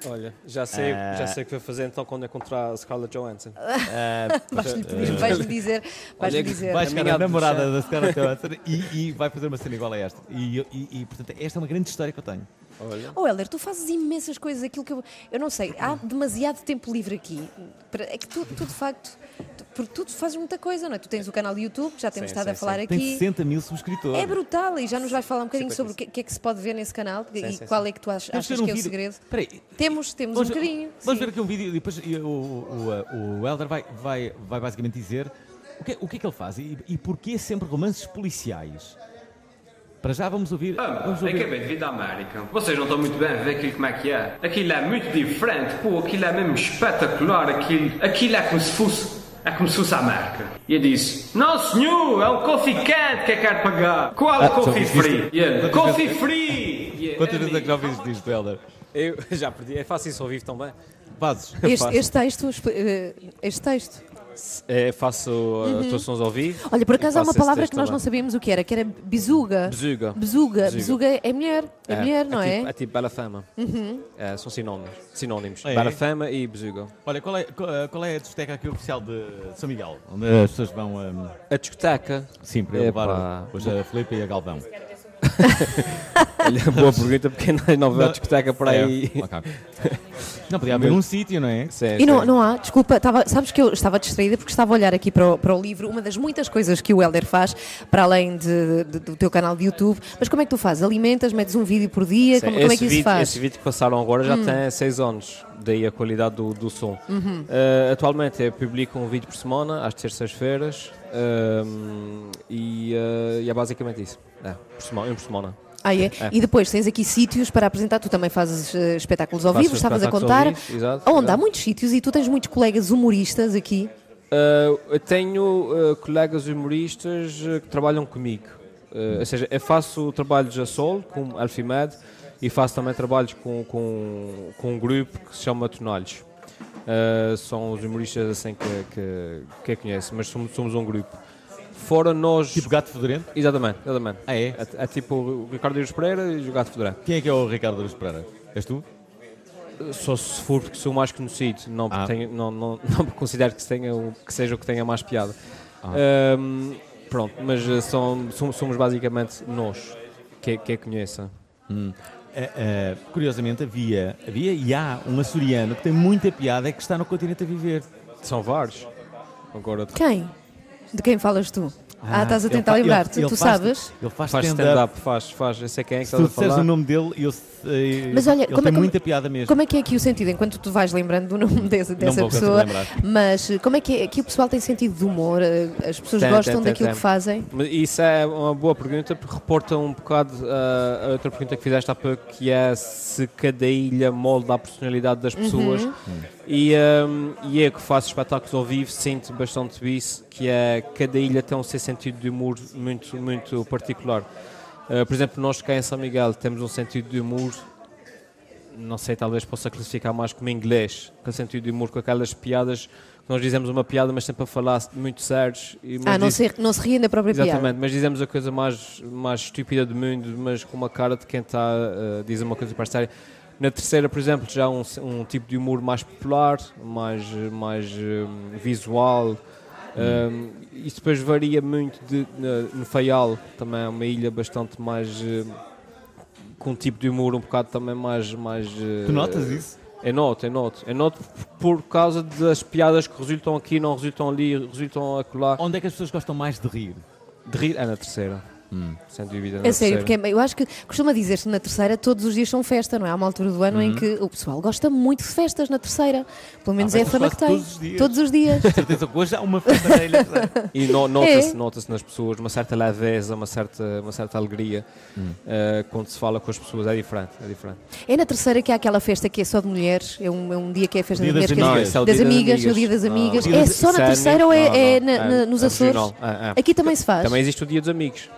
Speaker 2: Olha, já sei,
Speaker 1: Ah.
Speaker 2: já sei o que vai fazer então quando encontrar a Scarlett Johansson.
Speaker 4: Vais-me pedir- vais-me dizer, vais-me
Speaker 2: que
Speaker 4: dizer.
Speaker 1: Vai
Speaker 2: A
Speaker 1: chegar
Speaker 2: minha
Speaker 1: a namorada da Scarlett Johansson e, e vai fazer uma cena igual a esta. E, eu- e- e, portanto, esta é uma grande história que eu tenho.
Speaker 2: Olha.
Speaker 4: Oh, Helder, tu fazes imensas coisas, aquilo que eu. Eu não sei, há demasiado tempo livre aqui. Para- É que tu, tu, de facto. tu- Porque tu fazes muita coisa, não é? Tu tens o canal do YouTube, que já temos
Speaker 2: Sim,
Speaker 4: estado a
Speaker 2: sim,
Speaker 4: falar
Speaker 1: Tem
Speaker 4: aqui.
Speaker 1: 60 mil subscritores.
Speaker 4: É brutal e já nos vais falar um bocadinho
Speaker 2: Sempre
Speaker 4: sobre o que, que é que se pode ver nesse canal e
Speaker 2: sim,
Speaker 4: qual é que tu ach-
Speaker 1: Temos
Speaker 4: achas
Speaker 1: ver um
Speaker 4: que é o
Speaker 1: vídeo.
Speaker 4: segredo.
Speaker 1: Espera aí,
Speaker 4: Temos, temos um bocadinho.
Speaker 1: Vamos
Speaker 4: sim.
Speaker 1: ver aqui um vídeo e depois e o, o, o, o Helder vai, vai, vai basicamente dizer o que, o que é que ele faz e, e porquê sempre romances policiais. Para já vamos ouvir.
Speaker 6: Ah,
Speaker 1: Vamos ouvir.
Speaker 6: acabei de vir da América. Vocês não estão muito bem a ver aquilo como é que é. Aquilo é muito diferente, pô, aquilo é mesmo espetacular, aquilo, aquilo é como se fosse. É como se fosse a América. E eu disse: Não, senhor, é um coffee can que eu quero pagar. Qual
Speaker 1: Ah,
Speaker 6: coffee
Speaker 1: só
Speaker 6: free?
Speaker 1: ouviste.
Speaker 6: E ele:
Speaker 1: Quantas
Speaker 6: Coffee free! E eu,
Speaker 1: Quantas vezes é
Speaker 6: "Amigo,
Speaker 1: que já ouviste disto, Helder?
Speaker 2: Eu já perdi. É fácil isso ao vivo também.
Speaker 1: Fazes.
Speaker 4: Este, este texto, eh, este texto.
Speaker 2: É, faço uhum. atuações ao vivo.
Speaker 4: Olha, por acaso há
Speaker 2: e faço
Speaker 4: uma
Speaker 2: esse
Speaker 4: palavra
Speaker 2: texto
Speaker 4: que nós não
Speaker 2: também.
Speaker 4: sabíamos o que era, que era bezuga.
Speaker 2: Bezuga.
Speaker 4: Bezuga.
Speaker 2: Bezuga.
Speaker 4: Bezuga é mulher. É, mulher, não é? Uhum.
Speaker 2: tipo, tipo Bela Fama. É, são sinónimos. Sinónimos.
Speaker 1: É.
Speaker 2: Bela Fama e Bezuga.
Speaker 1: Olha, qual é, qual é- qual é a discoteca aqui oficial de São Miguel? Onde as pessoas vão. hum,
Speaker 2: A discoteca.
Speaker 1: sim, para eu levar
Speaker 2: Epá.
Speaker 1: hoje a Filipe e a Galvão.
Speaker 2: Olha, boa pergunta, porque nós não vemos a discoteca por aí.
Speaker 1: É, ok. Não, podia haver um sítio, não é?
Speaker 2: Sim,
Speaker 4: E não,
Speaker 2: sim.
Speaker 4: não há, desculpa, estava- sabes que eu estava distraída porque estava a olhar aqui para o, para o livro, uma das muitas coisas que o Helder faz, para além de- de- do teu canal de YouTube, mas como é que tu fazes? Alimentas, metes um vídeo por dia,
Speaker 2: Sim,
Speaker 4: como, como é que isso
Speaker 2: vídeo,
Speaker 4: faz? Hum.
Speaker 2: esse vídeo que passaram agora já tem 6 anos, daí a qualidade do, do som.
Speaker 4: Uhum.
Speaker 2: Eh, atualmente eu publico um vídeo por semana, às terças-feiras, ehm, e, eh, e é basicamente isso. É, por semana, um por semana.
Speaker 4: Ah, é? E depois tens aqui sítios para apresentar, tu também fazes eh, espetáculos ao vivo,
Speaker 2: Faço
Speaker 4: estavas a
Speaker 2: espetáculos ao
Speaker 4: contar.
Speaker 2: vivo, exato,
Speaker 4: Onde há
Speaker 2: exato.
Speaker 4: muitos sítios e tu tens muitos colegas humoristas aqui.
Speaker 2: Eh, eu tenho eh, colegas humoristas eh, que trabalham comigo. Eh, ou seja, eu faço trabalhos a solo, com Alfimed, e faço também trabalhos com, com, com um grupo que se chama Tonalhos. Eh, são os humoristas assim que, que, que eu conheço, mas somos, somos um grupo. Fora nós.
Speaker 1: Tipo gato fedorento.
Speaker 2: Exatamente, exatamente.
Speaker 1: Ah, é?
Speaker 2: É, é tipo o Ricardo Dias Pereira e o Gato Federal.
Speaker 1: Quem é que é o Ricardo Aruz Pereira? És tu?
Speaker 2: Só se for porque sou o mais conhecido, não porque,
Speaker 1: Ah.
Speaker 2: tenho- não, não, não porque considero que, tenha, o- que seja o que tenha mais piada.
Speaker 1: Ah.
Speaker 2: Ahm, pronto, mas eh, são, som- somos basicamente nós, que, que a conheça.
Speaker 1: Eh, eh, curiosamente havia, havia e há um açoriano que tem muita piada é que está no continente a viver.
Speaker 2: São vários. Agora de-
Speaker 4: Quem? De quem falas tu? Ah, estás a
Speaker 1: Ele
Speaker 4: tentar
Speaker 1: fa-
Speaker 4: lembrar-te,
Speaker 1: ele-
Speaker 4: tu
Speaker 1: ele faz-
Speaker 4: sabes?
Speaker 1: Ele faz,
Speaker 2: faz
Speaker 1: stand-up.
Speaker 2: stand-up, faz, faz, eu sei quem é que
Speaker 1: Se tu
Speaker 2: estás a
Speaker 1: disseres o
Speaker 2: falar.
Speaker 1: nome dele, eu sei,
Speaker 4: Mas olha,
Speaker 1: ele
Speaker 4: como é
Speaker 1: tem
Speaker 4: que-
Speaker 1: muita piada mesmo.
Speaker 4: Como é que é aqui o sentido? Enquanto tu vais lembrando do nome dessa, dessa
Speaker 1: vou conseguir
Speaker 4: pessoa,
Speaker 1: lembrar.
Speaker 4: mas eh, como é que é que o pessoal tem sentido de humor? Eh, As pessoas
Speaker 2: Tem,
Speaker 4: gostam
Speaker 2: tem, tem,
Speaker 4: daquilo
Speaker 2: tem.
Speaker 4: que fazem?
Speaker 2: Mas Isso é uma boa pergunta, porque reporta um bocado ah, a outra pergunta que fizeste há pouco, que é se cada ilha molda a personalidade
Speaker 4: Uhum.
Speaker 2: das pessoas. E, ahm, e eu que faço espetáculos ao vivo sinto bastante isso, que é cada ilha tem um seu sentido de humor muito, muito particular. Ah, por exemplo, nós cá em São Miguel temos um sentido de humor não sei, talvez possa classificar mais como inglês, aquele sentido de humor, com aquelas piadas que nós dizemos uma piada, mas sempre a falar muito sérios. e- mas
Speaker 4: Ah, não
Speaker 2: isso-
Speaker 4: se, não se riem da própria piada.
Speaker 2: Exatamente, mas dizemos a coisa mais, mais estúpida do mundo, mas com uma cara de quem está a dizer uma coisa para séria. Na terceira, por exemplo, já há um, um tipo de humor mais popular, mais, mais hum, visual. Hum, isso depois varia muito de, na- no Faial, também é uma ilha bastante mais. hum, com um tipo de humor um bocado também mais. mais eh,
Speaker 1: Tu notas isso?
Speaker 2: é noto, é noto. É noto por causa das piadas que resultam aqui, não resultam ali, resultam acolá.
Speaker 1: Onde é que as pessoas gostam mais de rir?
Speaker 2: De rir é na terceira. Sem dúvida. na
Speaker 4: É sério, porque
Speaker 2: terceira.
Speaker 4: é- eu acho que costuma dizer-se na terceira todos os dias são festa, não é? Há uma altura do ano em que o pessoal gosta muito de festas na terceira. Pelo menos é a
Speaker 1: festas
Speaker 4: fama que tem.
Speaker 1: quase todos os dias.
Speaker 4: Todos os dias.
Speaker 1: Certeza que hoje há uma festa na Ilha de Sá.
Speaker 2: E no- nota-se
Speaker 4: É.
Speaker 2: nota-se nas pessoas uma certa leveza, uma certa, uma certa alegria eh, quando se fala com as pessoas. É diferente. É diferente.
Speaker 4: É na terceira que há aquela festa que é só de mulheres, é um, é um dia que é a festa
Speaker 1: O
Speaker 4: de
Speaker 1: dia das amigas.
Speaker 4: mulheres, que é
Speaker 2: Não,
Speaker 4: das
Speaker 2: esse é o dia das
Speaker 4: amigas, é o
Speaker 2: amigas.
Speaker 4: dia das
Speaker 2: Não,
Speaker 4: amigas.
Speaker 2: o dia
Speaker 4: É
Speaker 2: das-
Speaker 4: só na
Speaker 2: isso é
Speaker 4: terceira ou é,
Speaker 2: amigo.
Speaker 4: é
Speaker 2: Não,
Speaker 4: na-
Speaker 2: não,
Speaker 4: na-
Speaker 2: é-
Speaker 4: nos
Speaker 2: é
Speaker 4: Açores?
Speaker 2: regional. É, é.
Speaker 4: Aqui também se faz.
Speaker 2: Também existe o Dia dos Amigos.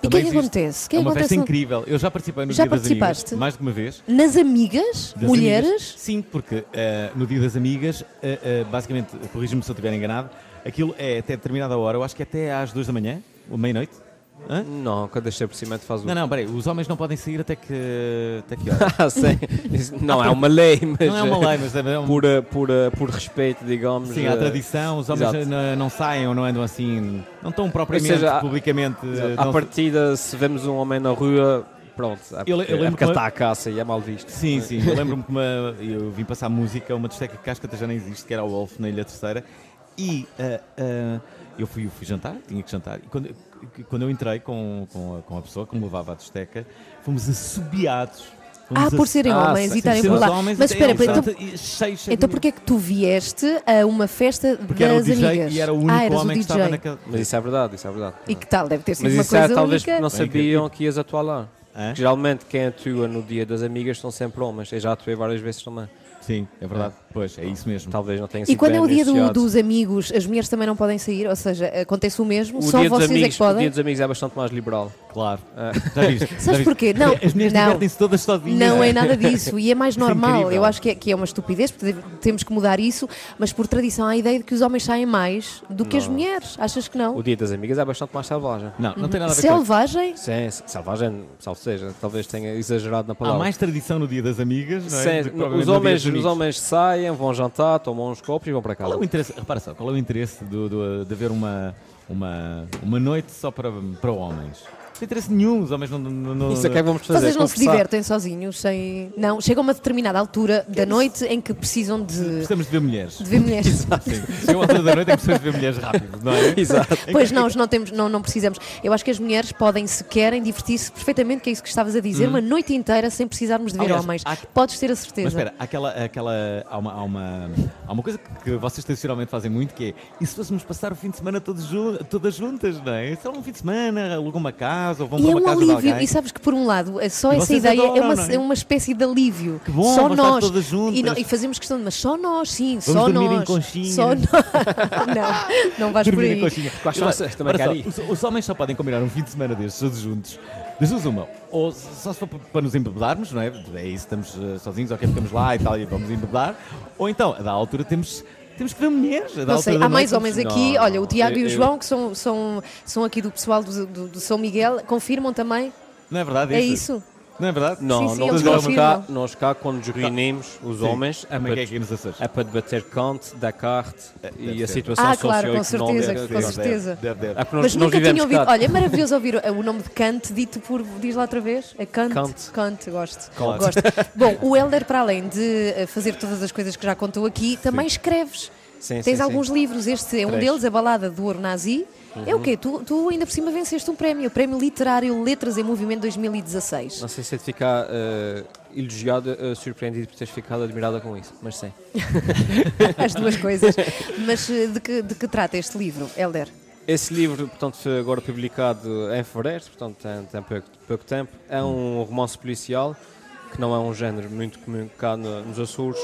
Speaker 4: E o que é que acontece? O que é
Speaker 1: é
Speaker 4: que
Speaker 1: uma
Speaker 4: acontece?
Speaker 1: festa incrível. Eu já participei no
Speaker 4: Já
Speaker 1: Dia das Amigas,
Speaker 4: participaste?
Speaker 1: mais de uma vez.
Speaker 4: Nas amigas,
Speaker 1: das amigas.
Speaker 4: mulheres,
Speaker 1: Sim, porque eh, no Dia das Amigas, eh, eh, basicamente, corrija-me se eu estiver enganado, aquilo é até determinada hora, eu acho que até às duas da manhã, ou meia-noite. Hã?
Speaker 2: Não, cada estabelecimento faz o.
Speaker 1: Não, não, peraí, os homens não podem sair até que, até que hora?
Speaker 2: Ah, sim. Isso não é uma lei, mas.
Speaker 1: Não é uma lei, mas é um...
Speaker 2: Por, eh, por, eh, por respeito, digamos.
Speaker 1: Sim, há
Speaker 2: eh,
Speaker 1: tradição, os homens
Speaker 2: exato.
Speaker 1: não, não saem ou não andam assim, não estão
Speaker 2: Ou
Speaker 1: propriamente,
Speaker 2: seja, há-
Speaker 1: publicamente. eh,
Speaker 2: À
Speaker 1: não-
Speaker 2: partida, se vemos um homem na rua, pronto, é porque,
Speaker 1: Eu le- eu
Speaker 2: é
Speaker 1: lembro
Speaker 2: porque
Speaker 1: que-
Speaker 2: está a caça e é mal visto.
Speaker 1: Sim, sim, eu lembro-me que uma- eu vim passar música a uma discoteca que acho que até já nem existe, que era o Wolf na Ilha Terceira, e ah, ah, eu, fui, eu fui jantar, tinha que jantar, e quando, que- quando eu entrei com, com, a, com a pessoa que me levava à discoteca, fomos assobiados.
Speaker 4: Ah, por serem
Speaker 2: Ah,
Speaker 4: homens
Speaker 2: sim,
Speaker 4: e estarem
Speaker 2: sim,
Speaker 4: por
Speaker 2: os
Speaker 4: lá. Mas espera, então, então
Speaker 1: então
Speaker 4: porquê é que tu vieste a uma festa
Speaker 1: Porque era o
Speaker 4: das
Speaker 1: DJ
Speaker 4: amigas?
Speaker 1: e era o único
Speaker 4: ah, eras
Speaker 1: homem
Speaker 4: o
Speaker 1: que estava
Speaker 4: DJ.
Speaker 1: naquela...
Speaker 2: Mas isso é verdade, isso é verdade.
Speaker 4: E que tal? Deve ter sido
Speaker 2: Mas
Speaker 4: uma
Speaker 2: isso é
Speaker 4: coisa
Speaker 2: talvez porque
Speaker 4: única.
Speaker 2: não sabiam que ias atuar lá.
Speaker 1: tipo- Hã?
Speaker 2: Porque Geralmente quem atua no dia das amigas são sempre homens. Eu já atuei várias vezes também.
Speaker 1: Sim, é verdade, pois, é isso mesmo.
Speaker 2: Talvez não tenha sido
Speaker 4: E quando
Speaker 2: Assim, bem
Speaker 4: é o dia do-
Speaker 2: anunciado.
Speaker 4: dos amigos, as mulheres também não podem sair? Ou seja, acontece o mesmo?
Speaker 2: O
Speaker 4: só
Speaker 2: dia dos
Speaker 4: vocês é
Speaker 2: amigos,
Speaker 4: que
Speaker 2: O dia
Speaker 4: podem?
Speaker 2: dos amigos é bastante mais liberal.
Speaker 1: Claro,
Speaker 2: Ah.
Speaker 1: já viste. já
Speaker 4: Sabes
Speaker 1: viste.
Speaker 4: porquê? Não,
Speaker 1: As mulheres
Speaker 4: não.
Speaker 1: divertem-se todas sozinhas.
Speaker 4: Não é nada disso e é mais
Speaker 1: Isso é
Speaker 4: normal.
Speaker 1: incrível.
Speaker 4: Eu acho que é, que é uma estupidez, porque deve- temos que mudar isso, mas por tradição há a ideia de que os homens saem mais do que as mulheres. Achas que não?
Speaker 2: O dia das amigas é bastante mais selvagem.
Speaker 1: Não, não tem nada a ver com isso.
Speaker 4: Selvagem?
Speaker 2: Sim, sim, selvagem, salvo seja, talvez tenha exagerado na
Speaker 1: Há
Speaker 2: palavra.
Speaker 1: mais tradição no dia das amigas, não é?
Speaker 2: Sim,
Speaker 1: Do que
Speaker 2: os,
Speaker 1: propriamente no
Speaker 2: homens,
Speaker 1: dia dos amigos.
Speaker 2: os homens saem, vão jantar, tomam uns copos e vão para
Speaker 1: Qual é
Speaker 2: casa.
Speaker 1: o interesse, repara só, qual é o interesse do, do- de haver uma, uma, uma noite só para, para homens? Não tem interesse nenhum, os homens não. não, não-
Speaker 2: Isso é que é que vamos fazer.
Speaker 4: Vocês não se
Speaker 2: conversar.
Speaker 4: divertem sozinhos, sem. Não, chega uma determinada altura da noite em que precisam de, de
Speaker 1: Precisamos de ver mulheres.
Speaker 4: ver mulheres.
Speaker 1: Sim. Chega uma altura da noite em que precisamos de ver mulheres rápido, não é?
Speaker 2: Exato.
Speaker 4: Pois não, não, temos, não, não precisamos. Eu acho que as mulheres podem, se querem, divertir-se perfeitamente, que é isso que estavas a dizer, uma noite inteira sem precisarmos de
Speaker 1: Hum.
Speaker 4: ver
Speaker 1: Aliás,
Speaker 4: homens.
Speaker 1: há-
Speaker 4: Podes ter a
Speaker 1: Mas
Speaker 4: certeza.
Speaker 1: espera, há aquela, aquela, há, uma, há, uma, há uma coisa que vocês tradicionalmente fazem muito que é e se fôssemos passar o fim de semana todos jun- todas juntas, não é? Só um fim de semana, alugam uma casa ou vão
Speaker 4: E
Speaker 1: para
Speaker 4: é
Speaker 1: uma
Speaker 4: um
Speaker 1: casa de
Speaker 4: alívio,
Speaker 1: alguém.
Speaker 4: e sabes que por um lado, é só
Speaker 1: E
Speaker 4: essa
Speaker 1: vocês
Speaker 4: ideia é,
Speaker 1: adoram,
Speaker 4: uma,
Speaker 1: não é?
Speaker 4: é uma espécie de alívio.
Speaker 1: Que bom,
Speaker 4: só
Speaker 1: vão estar
Speaker 4: nós.
Speaker 1: todas juntas.
Speaker 4: E, não- e fazemos questão de, mas só nós, sim,
Speaker 1: Vamos
Speaker 4: só
Speaker 1: dormir em
Speaker 4: nós.
Speaker 1: conchinhas.
Speaker 4: Só nós. não, não vais por
Speaker 1: Dormir
Speaker 4: aí.
Speaker 1: em conchinha.
Speaker 2: Quais são
Speaker 1: Olha,
Speaker 2: essas? Também
Speaker 1: olha só,
Speaker 2: quero ir.
Speaker 1: os, os homens só podem combinar um fim de semana destes, todos juntos. Das duas uma, ou só se for p- para nos embebedarmos, não é? É isso, estamos eh, sozinhos, ok, ficamos lá e tal, e vamos embebedar. Ou então, a da altura, temos, temos que ver mulheres. a dada
Speaker 4: Não sei,
Speaker 1: altura da
Speaker 4: há mais
Speaker 1: noite,
Speaker 4: homens
Speaker 1: temos-
Speaker 4: aqui.
Speaker 2: Não,
Speaker 4: Olha, o
Speaker 2: não,
Speaker 4: Tiago e
Speaker 2: eu-
Speaker 4: o
Speaker 2: eu-
Speaker 4: João, que são, são, são aqui do pessoal do, do- do São Miguel, confirmam também?
Speaker 1: Não é verdade
Speaker 4: É
Speaker 1: isso?
Speaker 4: isso?
Speaker 1: Não é verdade?
Speaker 2: Não,
Speaker 4: Sim, sim,
Speaker 2: não,
Speaker 4: eles
Speaker 2: nós, cá,
Speaker 4: confirmam.
Speaker 2: nós cá, quando nos reunimos, os
Speaker 1: Sim.
Speaker 2: homens, é
Speaker 1: Também
Speaker 2: para,
Speaker 1: que é aqui nos Açores.
Speaker 2: é para debater Kant, Descartes
Speaker 1: É, deve
Speaker 2: e a
Speaker 1: ser.
Speaker 2: situação
Speaker 4: Ah, claro, com
Speaker 2: socioeconómica.
Speaker 4: certeza, com
Speaker 2: É,
Speaker 1: Deve,
Speaker 4: certeza.
Speaker 1: Deve, deve.
Speaker 2: É porque nós,
Speaker 4: Mas
Speaker 2: nós
Speaker 4: nunca
Speaker 2: vivemos
Speaker 4: tinha ouvido.
Speaker 2: cá.
Speaker 4: Olha, é maravilhoso ouvir o- o nome de Kant dito por. Diz lá outra vez? É Kant?
Speaker 2: Kant.
Speaker 4: gosto.
Speaker 1: Kant.
Speaker 4: gosto. Bom, o Helder, para além de eh, fazer todas as coisas que já contou aqui, também escreves.
Speaker 2: Sim,
Speaker 4: Tens
Speaker 2: sim,
Speaker 4: alguns livros, este é um
Speaker 1: Três.
Speaker 4: deles, A Balada do Ouro Nazi. É
Speaker 2: Uhum.
Speaker 4: o quê? Tu, tu ainda por cima venceste um prémio, o Prémio Literário Letras em Movimento 2016.
Speaker 2: Não sei se é de ficar eh, elogiado, eh, surpreendido por teres ficado admirada com isso, mas sim.
Speaker 4: As duas coisas. Mas eh, de que, de que trata este livro, Helder?
Speaker 2: Esse livro, portanto, foi agora publicado em fevereiro, portanto, tem, tem pouco, pouco tempo. É um romance policial, que não é um género muito comum cá no- nos Açores.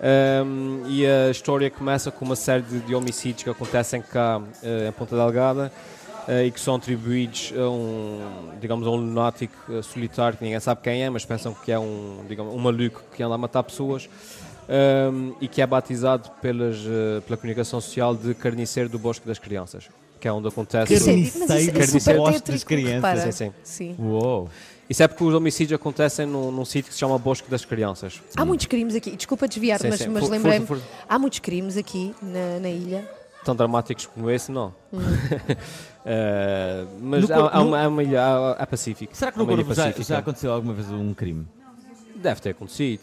Speaker 2: Ahm, e a história começa com uma série de, de homicídios que acontecem cá eh, em Ponta Delgada eh, e que são atribuídos a um, digamos, a um lunático eh, solitário que ninguém sabe quem é, mas pensam que é um, digamos, um maluco que anda a matar pessoas. Ahm, e que é batizado pelas, eh, pela comunicação social de Carniceiro do Bosque das Crianças, que é onde acontece.
Speaker 1: Isso é-
Speaker 2: Quer dizer,
Speaker 4: super
Speaker 1: gosto das
Speaker 4: tétrico,
Speaker 1: crianças.
Speaker 4: repara.
Speaker 2: Sim, sim.
Speaker 4: Sim.
Speaker 1: Uou.
Speaker 2: Isso é porque os homicídios acontecem num, num sítio que se chama Bosque das Crianças.
Speaker 4: Há muitos crimes aqui, desculpa desviar,
Speaker 2: Sim,
Speaker 4: mas,
Speaker 2: sim.
Speaker 4: mas
Speaker 2: Força,
Speaker 4: lembrei-me.
Speaker 2: força.
Speaker 4: Há muitos crimes aqui na, na ilha.
Speaker 2: Tão dramáticos como esse, não. Eh, mas
Speaker 1: No
Speaker 2: há,
Speaker 1: cor-
Speaker 2: há
Speaker 1: no-
Speaker 2: uma, há uma ilha há- há Pacífico.
Speaker 1: Será que
Speaker 2: Há
Speaker 1: no
Speaker 2: uma ilha
Speaker 1: Corvo já,
Speaker 2: pacífica.
Speaker 1: já aconteceu alguma vez um crime?
Speaker 2: Deve ter acontecido.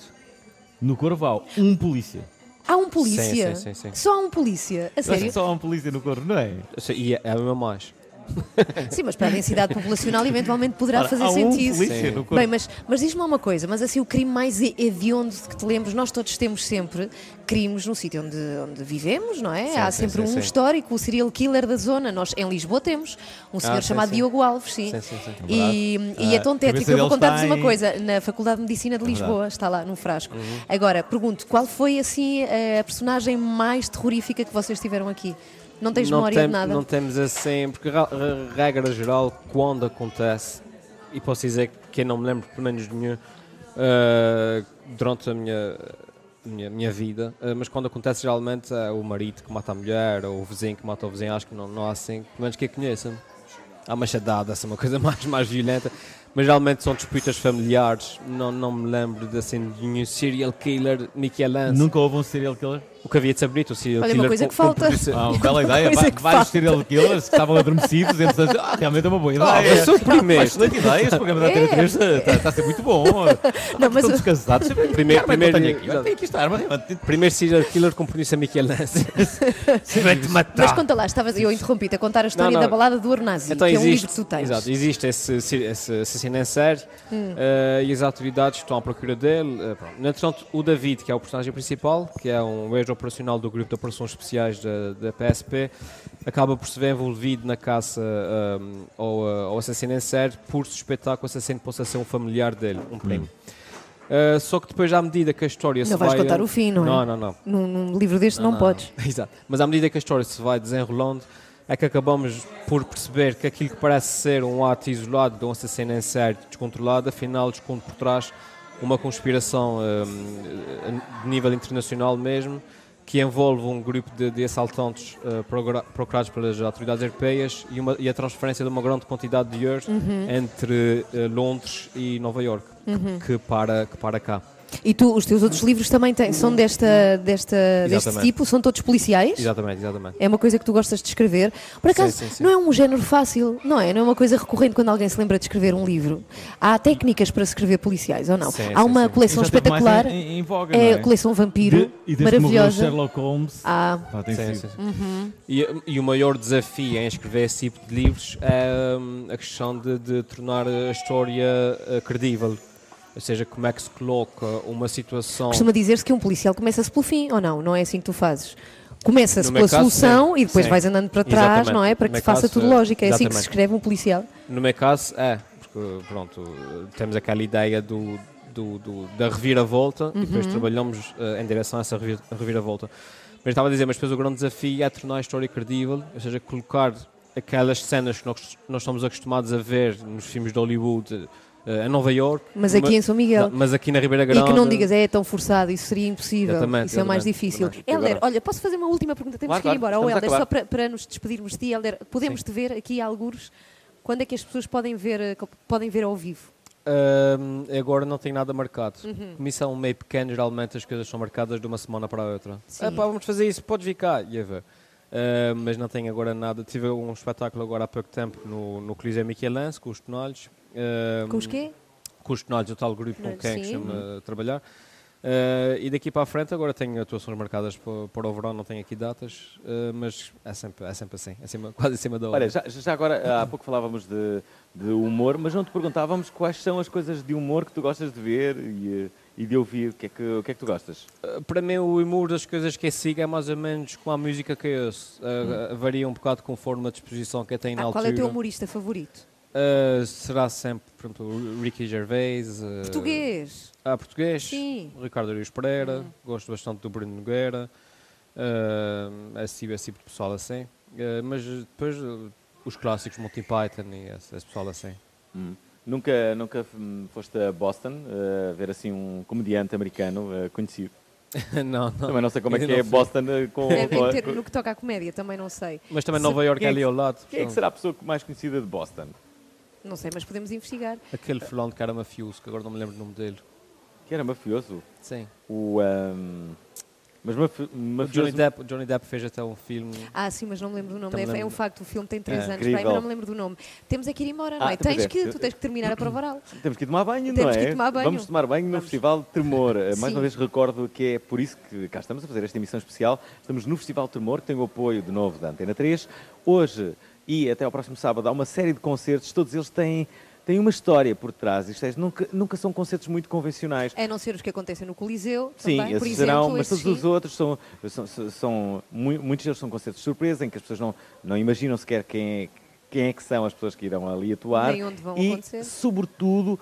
Speaker 1: No Corvo há um polícia.
Speaker 4: Há um polícia.
Speaker 2: Sim, sim, sim, sim.
Speaker 4: Só há um polícia. A
Speaker 1: Eu acho que
Speaker 4: sério?
Speaker 1: só há um polícia no Corvo, não é?
Speaker 2: Eu sei, E é é a mesma mais. um.
Speaker 4: Sim, mas para a densidade populacional eventualmente poderá
Speaker 1: Ora,
Speaker 4: fazer
Speaker 1: há
Speaker 4: sentido.
Speaker 1: um polícia
Speaker 2: Sim.
Speaker 1: no Corvo.
Speaker 4: Bem, mas, mas diz-me lá uma coisa, mas assim o crime mais he- hediondo de que te lembres, nós todos temos sempre crimes no sítio onde, onde vivemos, não é?
Speaker 2: Sim,
Speaker 4: Há
Speaker 2: sim,
Speaker 4: sempre
Speaker 2: sim,
Speaker 4: um
Speaker 2: sim.
Speaker 4: histórico, o serial killer da zona. Nós em Lisboa temos um senhor
Speaker 2: Ah, sim,
Speaker 4: chamado
Speaker 2: sim.
Speaker 4: Diogo Alves, sim.
Speaker 2: Sim, sim, Ah, sim.
Speaker 4: E, e é tão tétrico.
Speaker 1: cabeça
Speaker 4: Eu vou
Speaker 1: dele
Speaker 4: contar-vos
Speaker 1: está
Speaker 4: uma
Speaker 1: em-
Speaker 4: coisa. Na Faculdade de Medicina
Speaker 2: É
Speaker 4: de Lisboa, está lá num frasco.
Speaker 2: Uhum.
Speaker 4: Agora, pergunto, qual foi assim a personagem mais terrorífica que vocês tiveram aqui? Não tens memória
Speaker 2: tem-
Speaker 4: de nada?
Speaker 2: Não temos assim, porque ra- ra- regra geral, quando acontece, e posso dizer que eu não me lembro, pelo menos de nenhum, eh, durante a minha, minha, minha vida, eh, mas quando acontece geralmente é o marido que mata a mulher, ou o vizinho que mata o é vizinho, acho que não, não há assim, pelo menos que a conheçam. Há machadada, assim, uma coisa mais, mais violenta. Mas geralmente são disputas familiares. Não, não me lembro de assim, de nenhum serial killer, Michelangelo.
Speaker 1: Nunca houve um serial killer?
Speaker 2: O que havia de ser bonito, o serial
Speaker 4: Olha, uma
Speaker 2: killer.
Speaker 4: coisa
Speaker 2: com-
Speaker 4: que
Speaker 2: com
Speaker 4: falta.
Speaker 2: producer-
Speaker 1: Ah,
Speaker 4: E
Speaker 1: uma bela
Speaker 4: quanta
Speaker 1: ideia.
Speaker 4: coisa
Speaker 1: Va-
Speaker 4: é que
Speaker 1: Vários
Speaker 4: falta.
Speaker 1: serial killers que estavam adormecidos. Entre as... ah, realmente é uma boa
Speaker 2: Ah,
Speaker 1: ideia.
Speaker 2: mas o primeiro.
Speaker 1: Excelente ideia, este programa da TV3 está, está tá a ser muito bom.
Speaker 2: Ah,
Speaker 4: Não, É. mas-
Speaker 2: então
Speaker 1: Todos cansados.
Speaker 2: Primeiro-
Speaker 1: Primeiro, primeiro,
Speaker 2: primeiro-
Speaker 1: tenho aqui. Olha, tenho aqui esta arma. realmente.
Speaker 2: Primeiro serial killer com polícia Michelangelo. Vai te matar.
Speaker 4: Mas conta lá, estavas, eu interrompi-te a contar a história
Speaker 2: tá. não.
Speaker 4: da balada do Ornazi,
Speaker 2: Então
Speaker 4: que é um
Speaker 2: existe,
Speaker 4: livro que tu tens. Hum.
Speaker 2: Exato, existe esse, ci- esse assassino em série eh, e as autoridades estão à procura dele. eh, pronto. No Entretanto, o David, que é o personagem principal, que é um ex-operacional do grupo de operações especiais da, da PSP, acaba por se ver envolvido na caça ehm, ao, eh, ao assassino em série por suspeitar que o assassino possa ser um familiar dele, um primo. Eh, só que depois, à medida que a história se
Speaker 4: Não vais
Speaker 2: vai...
Speaker 4: contar o fim, não é?
Speaker 2: Não, não, não.
Speaker 4: Num, num livro deste não, podes.
Speaker 2: Exato. Mas à medida que a história se vai desenrolando, é que acabamos por perceber que aquilo que parece ser um ato isolado de um assassino em série descontrolado, afinal, esconde por trás uma conspiração hum, de nível internacional mesmo, que envolve um grupo de, de assaltantes eh, progra- procurados pelas autoridades europeias e, uma- e a transferência de uma grande quantidade de euros entre eh, Londres e Nova Iorque, que- que, para, que para cá.
Speaker 4: E tu, os teus outros livros também têm, são desta, desta, deste
Speaker 2: Exatamente.
Speaker 4: tipo? São todos policiais?
Speaker 2: Exatamente, exatamente.
Speaker 4: É uma coisa que tu gostas de escrever. Por acaso,
Speaker 2: sim, sim.
Speaker 4: não é um género fácil, não é? Não é uma coisa recorrente quando alguém se lembra de escrever um livro. Há técnicas para escrever policiais, ou não?
Speaker 2: Sim,
Speaker 4: Há
Speaker 2: sim,
Speaker 4: uma
Speaker 2: sim.
Speaker 4: coleção
Speaker 1: Já teve mais
Speaker 4: espetacular.
Speaker 1: Em, em, em voga,
Speaker 4: É
Speaker 1: não
Speaker 4: a coleção Vampiro,
Speaker 1: De- e desde que morreu
Speaker 4: maravilhosa.
Speaker 1: Sherlock Holmes.
Speaker 4: Ah,
Speaker 1: Pá, tem
Speaker 2: Sim,
Speaker 1: sido.
Speaker 2: sim, sim. E, e o maior desafio em escrever esse tipo de livros é hum, a questão de, de tornar a história eh, credível. Ou seja, como é que se coloca uma situação.
Speaker 4: Costuma dizer-se que um policial começa-se pelo fim, ou não? Não é assim que tu fazes? Começa-se
Speaker 2: No
Speaker 4: pela
Speaker 2: meu caso,
Speaker 4: solução
Speaker 2: sim.
Speaker 4: e depois
Speaker 2: Sim.
Speaker 4: vais andando para trás,
Speaker 2: Exatamente.
Speaker 4: não é? Para
Speaker 2: No
Speaker 4: que
Speaker 2: meu
Speaker 4: se faça
Speaker 2: caso,
Speaker 4: tudo
Speaker 2: é-
Speaker 4: lógico. É assim que se
Speaker 2: exatamente.
Speaker 4: escreve um policial.
Speaker 2: No meu caso, é. Porque, pronto, temos aquela ideia do, do- do- da reviravolta e
Speaker 4: Uhum.
Speaker 2: depois trabalhamos eh, em direção a essa revir- reviravolta. Mas estava a dizer, mas depois o grande desafio é tornar a história credível, ou seja, colocar aquelas cenas que nós, nós estamos acostumados a ver nos filmes de Hollywood eh, em Nova York.
Speaker 4: Mas aqui em São Miguel.
Speaker 2: mas aqui na Ribeira Grande.
Speaker 4: E que não digas, é, tão forçado, isso seria impossível,
Speaker 2: Exatamente,
Speaker 4: isso é mais
Speaker 2: exatamente,
Speaker 4: difícil.
Speaker 2: exatamente.
Speaker 4: Helder,
Speaker 2: Agora-
Speaker 4: olha, posso fazer uma última pergunta? Temos
Speaker 2: Claro,
Speaker 4: que ir
Speaker 2: claro,
Speaker 4: embora. Oh,
Speaker 2: estamos a
Speaker 4: Helder,
Speaker 2: acabar.
Speaker 4: só para, para nos despedirmos de ti, Helder, podemos-te ver aqui a algures? Quando é que as pessoas podem ver, eh, co- podem ver ao vivo?
Speaker 2: Ahm, agora não tenho nada marcado.
Speaker 4: Uhum.
Speaker 2: Comissão meio pequena, geralmente as coisas são marcadas de uma semana para a outra.
Speaker 4: Sim.
Speaker 2: Ah, pá, vamos fazer isso, podes vir cá. E aí vê. Ah, mas não tenho agora nada. Tive um espetáculo agora há pouco tempo no, no Coliseu Michelense, com os Tonalhos. Ahm,
Speaker 4: Com os quê?
Speaker 2: Com os Tonalhos, o tal grupo com
Speaker 4: Tonalhos,
Speaker 2: quem é
Speaker 4: sim.
Speaker 2: costumo trabalhar. Ah, e daqui para a frente agora tenho atuações marcadas para, para o verão, não tenho aqui datas, ah, mas é sempre, é sempre assim, acima- quase acima da hora.
Speaker 7: Olha, já, já agora, há pouco falávamos de, de humor, mas não te perguntávamos quais são as coisas de humor que tu gostas de ver e, eh, e de ouvir. O que, é que, o que é que tu gostas?
Speaker 2: Uh, para mim o humor das coisas que eu sigo é mais ou menos com a música que eu ouço. Uh, uh, varia um bocado conforme a disposição que eu tenho na
Speaker 4: Hum. Ah,
Speaker 2: altura.
Speaker 4: qual é o teu humorista favorito?
Speaker 2: Uh, será sempre, por exemplo, o Ricky Gervais. uh,
Speaker 4: Português.
Speaker 2: Ah, português.
Speaker 4: Sim. Hum.
Speaker 2: Ricardo Arius Pereira. Gosto bastante do Bruno Nogueira. Uh, esse, esse tipo de pessoal assim. Uh, mas depois uh, os clássicos Monty Python e esse, esse pessoal assim.
Speaker 7: Nunca, nunca hum, foste a Boston eh, ver assim um comediante americano eh, conhecido?
Speaker 2: não, não.
Speaker 7: Também não sei como é
Speaker 2: Ainda
Speaker 7: que é
Speaker 2: não fui.
Speaker 7: Boston eh, com...
Speaker 4: É,
Speaker 7: com a-
Speaker 4: em ter-
Speaker 7: com-
Speaker 4: no que toca à comédia, também não sei.
Speaker 2: Mas também
Speaker 4: Se-
Speaker 2: Nova York
Speaker 7: quem é
Speaker 2: é
Speaker 7: que-
Speaker 2: ali ao lado.
Speaker 7: Quem é que
Speaker 2: portanto,
Speaker 7: será a pessoa mais conhecida de Boston?
Speaker 4: Não sei, mas podemos investigar.
Speaker 2: Aquele fulano que era mafioso, que agora não me lembro o nome dele.
Speaker 7: Que era mafioso.
Speaker 2: Sim.
Speaker 7: O... ahm, mas mafi-
Speaker 2: O Johnny
Speaker 7: mafioso...
Speaker 2: Depp, o Johnny Depp fez até um filme.
Speaker 4: Ah, sim, mas não me lembro do nome.
Speaker 2: Também
Speaker 4: É- é,
Speaker 2: lembro.
Speaker 4: um facto, o filme tem 3
Speaker 7: É,
Speaker 4: anos,
Speaker 7: incrível.
Speaker 4: para aí, mas não me lembro do nome. Temos é que ir embora, não
Speaker 7: Ah,
Speaker 4: é?
Speaker 7: pois
Speaker 4: Tens
Speaker 7: é.
Speaker 4: que, tu tens que terminar a prova oral.
Speaker 7: Temos que ir tomar banho, não
Speaker 4: Temos
Speaker 7: é?
Speaker 4: que ir tomar banho.
Speaker 7: Vamos tomar banho no Festival Tremor. Eh, Mais
Speaker 4: Sim.
Speaker 7: uma vez recordo que é por isso que cá estamos a fazer esta emissão especial. Estamos no Festival Tremor, que tem o apoio de novo da Antena 3. Hoje e até ao próximo sábado há uma série de concertos, todos eles têm, têm uma história por trás. Isto é, nunca, nunca são concertos muito convencionais.
Speaker 4: A não ser os que acontecem no Coliseu.
Speaker 7: Sim,
Speaker 4: também, por
Speaker 7: esses
Speaker 4: exemplo,
Speaker 7: serão, mas
Speaker 4: esses
Speaker 7: todos
Speaker 4: sim.
Speaker 7: os outros são, são, são, são- mu- muitos deles são concertos de surpresa em que as pessoas não, não imaginam sequer quem é, quem é que são as pessoas que irão ali atuar.
Speaker 4: Nem onde vão
Speaker 7: e,
Speaker 4: acontecer.
Speaker 7: sobretudo,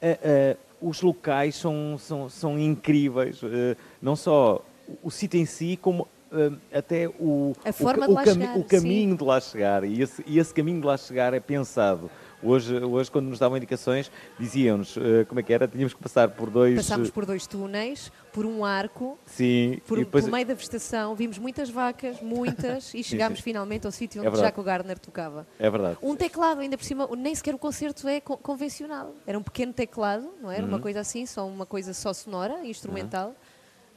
Speaker 7: eh, eh, os locais são, são, são incríveis. eh, não só o- o sítio em si, como eh, até o,
Speaker 4: A
Speaker 7: o,
Speaker 4: forma
Speaker 7: ca-
Speaker 4: de
Speaker 7: o
Speaker 4: lá
Speaker 7: cami-
Speaker 4: chegar,
Speaker 7: o caminho de lá chegar. E esse, e esse caminho de lá chegar é pensado. Hoje, hoje quando nos davam indicações, diziam-nos eh, como é que era, tínhamos que passar por dois.
Speaker 4: Passámos por dois túneis, por um arco,
Speaker 7: Sim,
Speaker 4: por,
Speaker 7: e depois.
Speaker 4: pelo meio da vegetação, vimos muitas vacas, muitas, e chegámos finalmente ao sítio
Speaker 7: É
Speaker 4: onde
Speaker 7: verdade.
Speaker 4: Jaco Gardner tocava.
Speaker 7: É verdade.
Speaker 4: Um teclado, ainda por cima, nem sequer o concerto é co- convencional. Era um pequeno teclado, não era?
Speaker 7: Uhum.
Speaker 4: Uma coisa assim, só uma coisa só sonora, instrumental.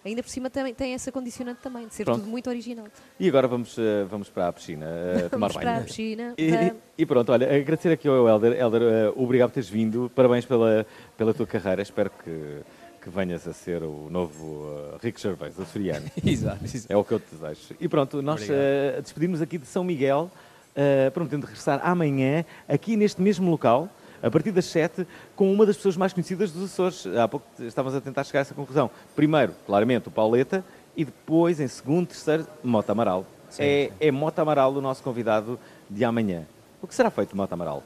Speaker 4: Ainda por cima também tem essa condicionante também, de ser
Speaker 7: Pronto.
Speaker 4: tudo muito original.
Speaker 7: E agora vamos, eh, vamos para a piscina eh, tomar
Speaker 4: Vamos
Speaker 7: banho.
Speaker 4: para a piscina.
Speaker 7: E,
Speaker 4: para-
Speaker 7: e- e pronto, olha, agradecer aqui ao Helder. Helder, eh, obrigado por teres vindo. Parabéns pela, pela tua carreira. Espero que, que venhas a ser o novo eh, Rico Gervais, açoriano.
Speaker 2: Exato, exato.
Speaker 7: É o que eu te desejo. E pronto, nós
Speaker 2: Obrigado.
Speaker 7: eh, despedimos aqui de São Miguel, eh, prometendo regressar amanhã, aqui neste mesmo local, a partir das 7, com uma das pessoas mais conhecidas dos Açores. Há pouco t- estávamos a tentar chegar a essa conclusão. Primeiro, claramente, o Pauleta, e depois, em segundo, terceiro, Mota Amaral. é, é Mota Amaral o nosso convidado de amanhã. O que será feito de Mota Amaral?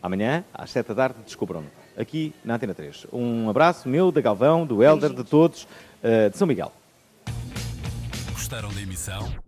Speaker 7: Amanhã, às 7 da tarde, descubram-no. Aqui na Antena 3. Um abraço meu, da Galvão, do Helder, de todos, eh, de São Miguel.
Speaker 8: Gostaram da emissão?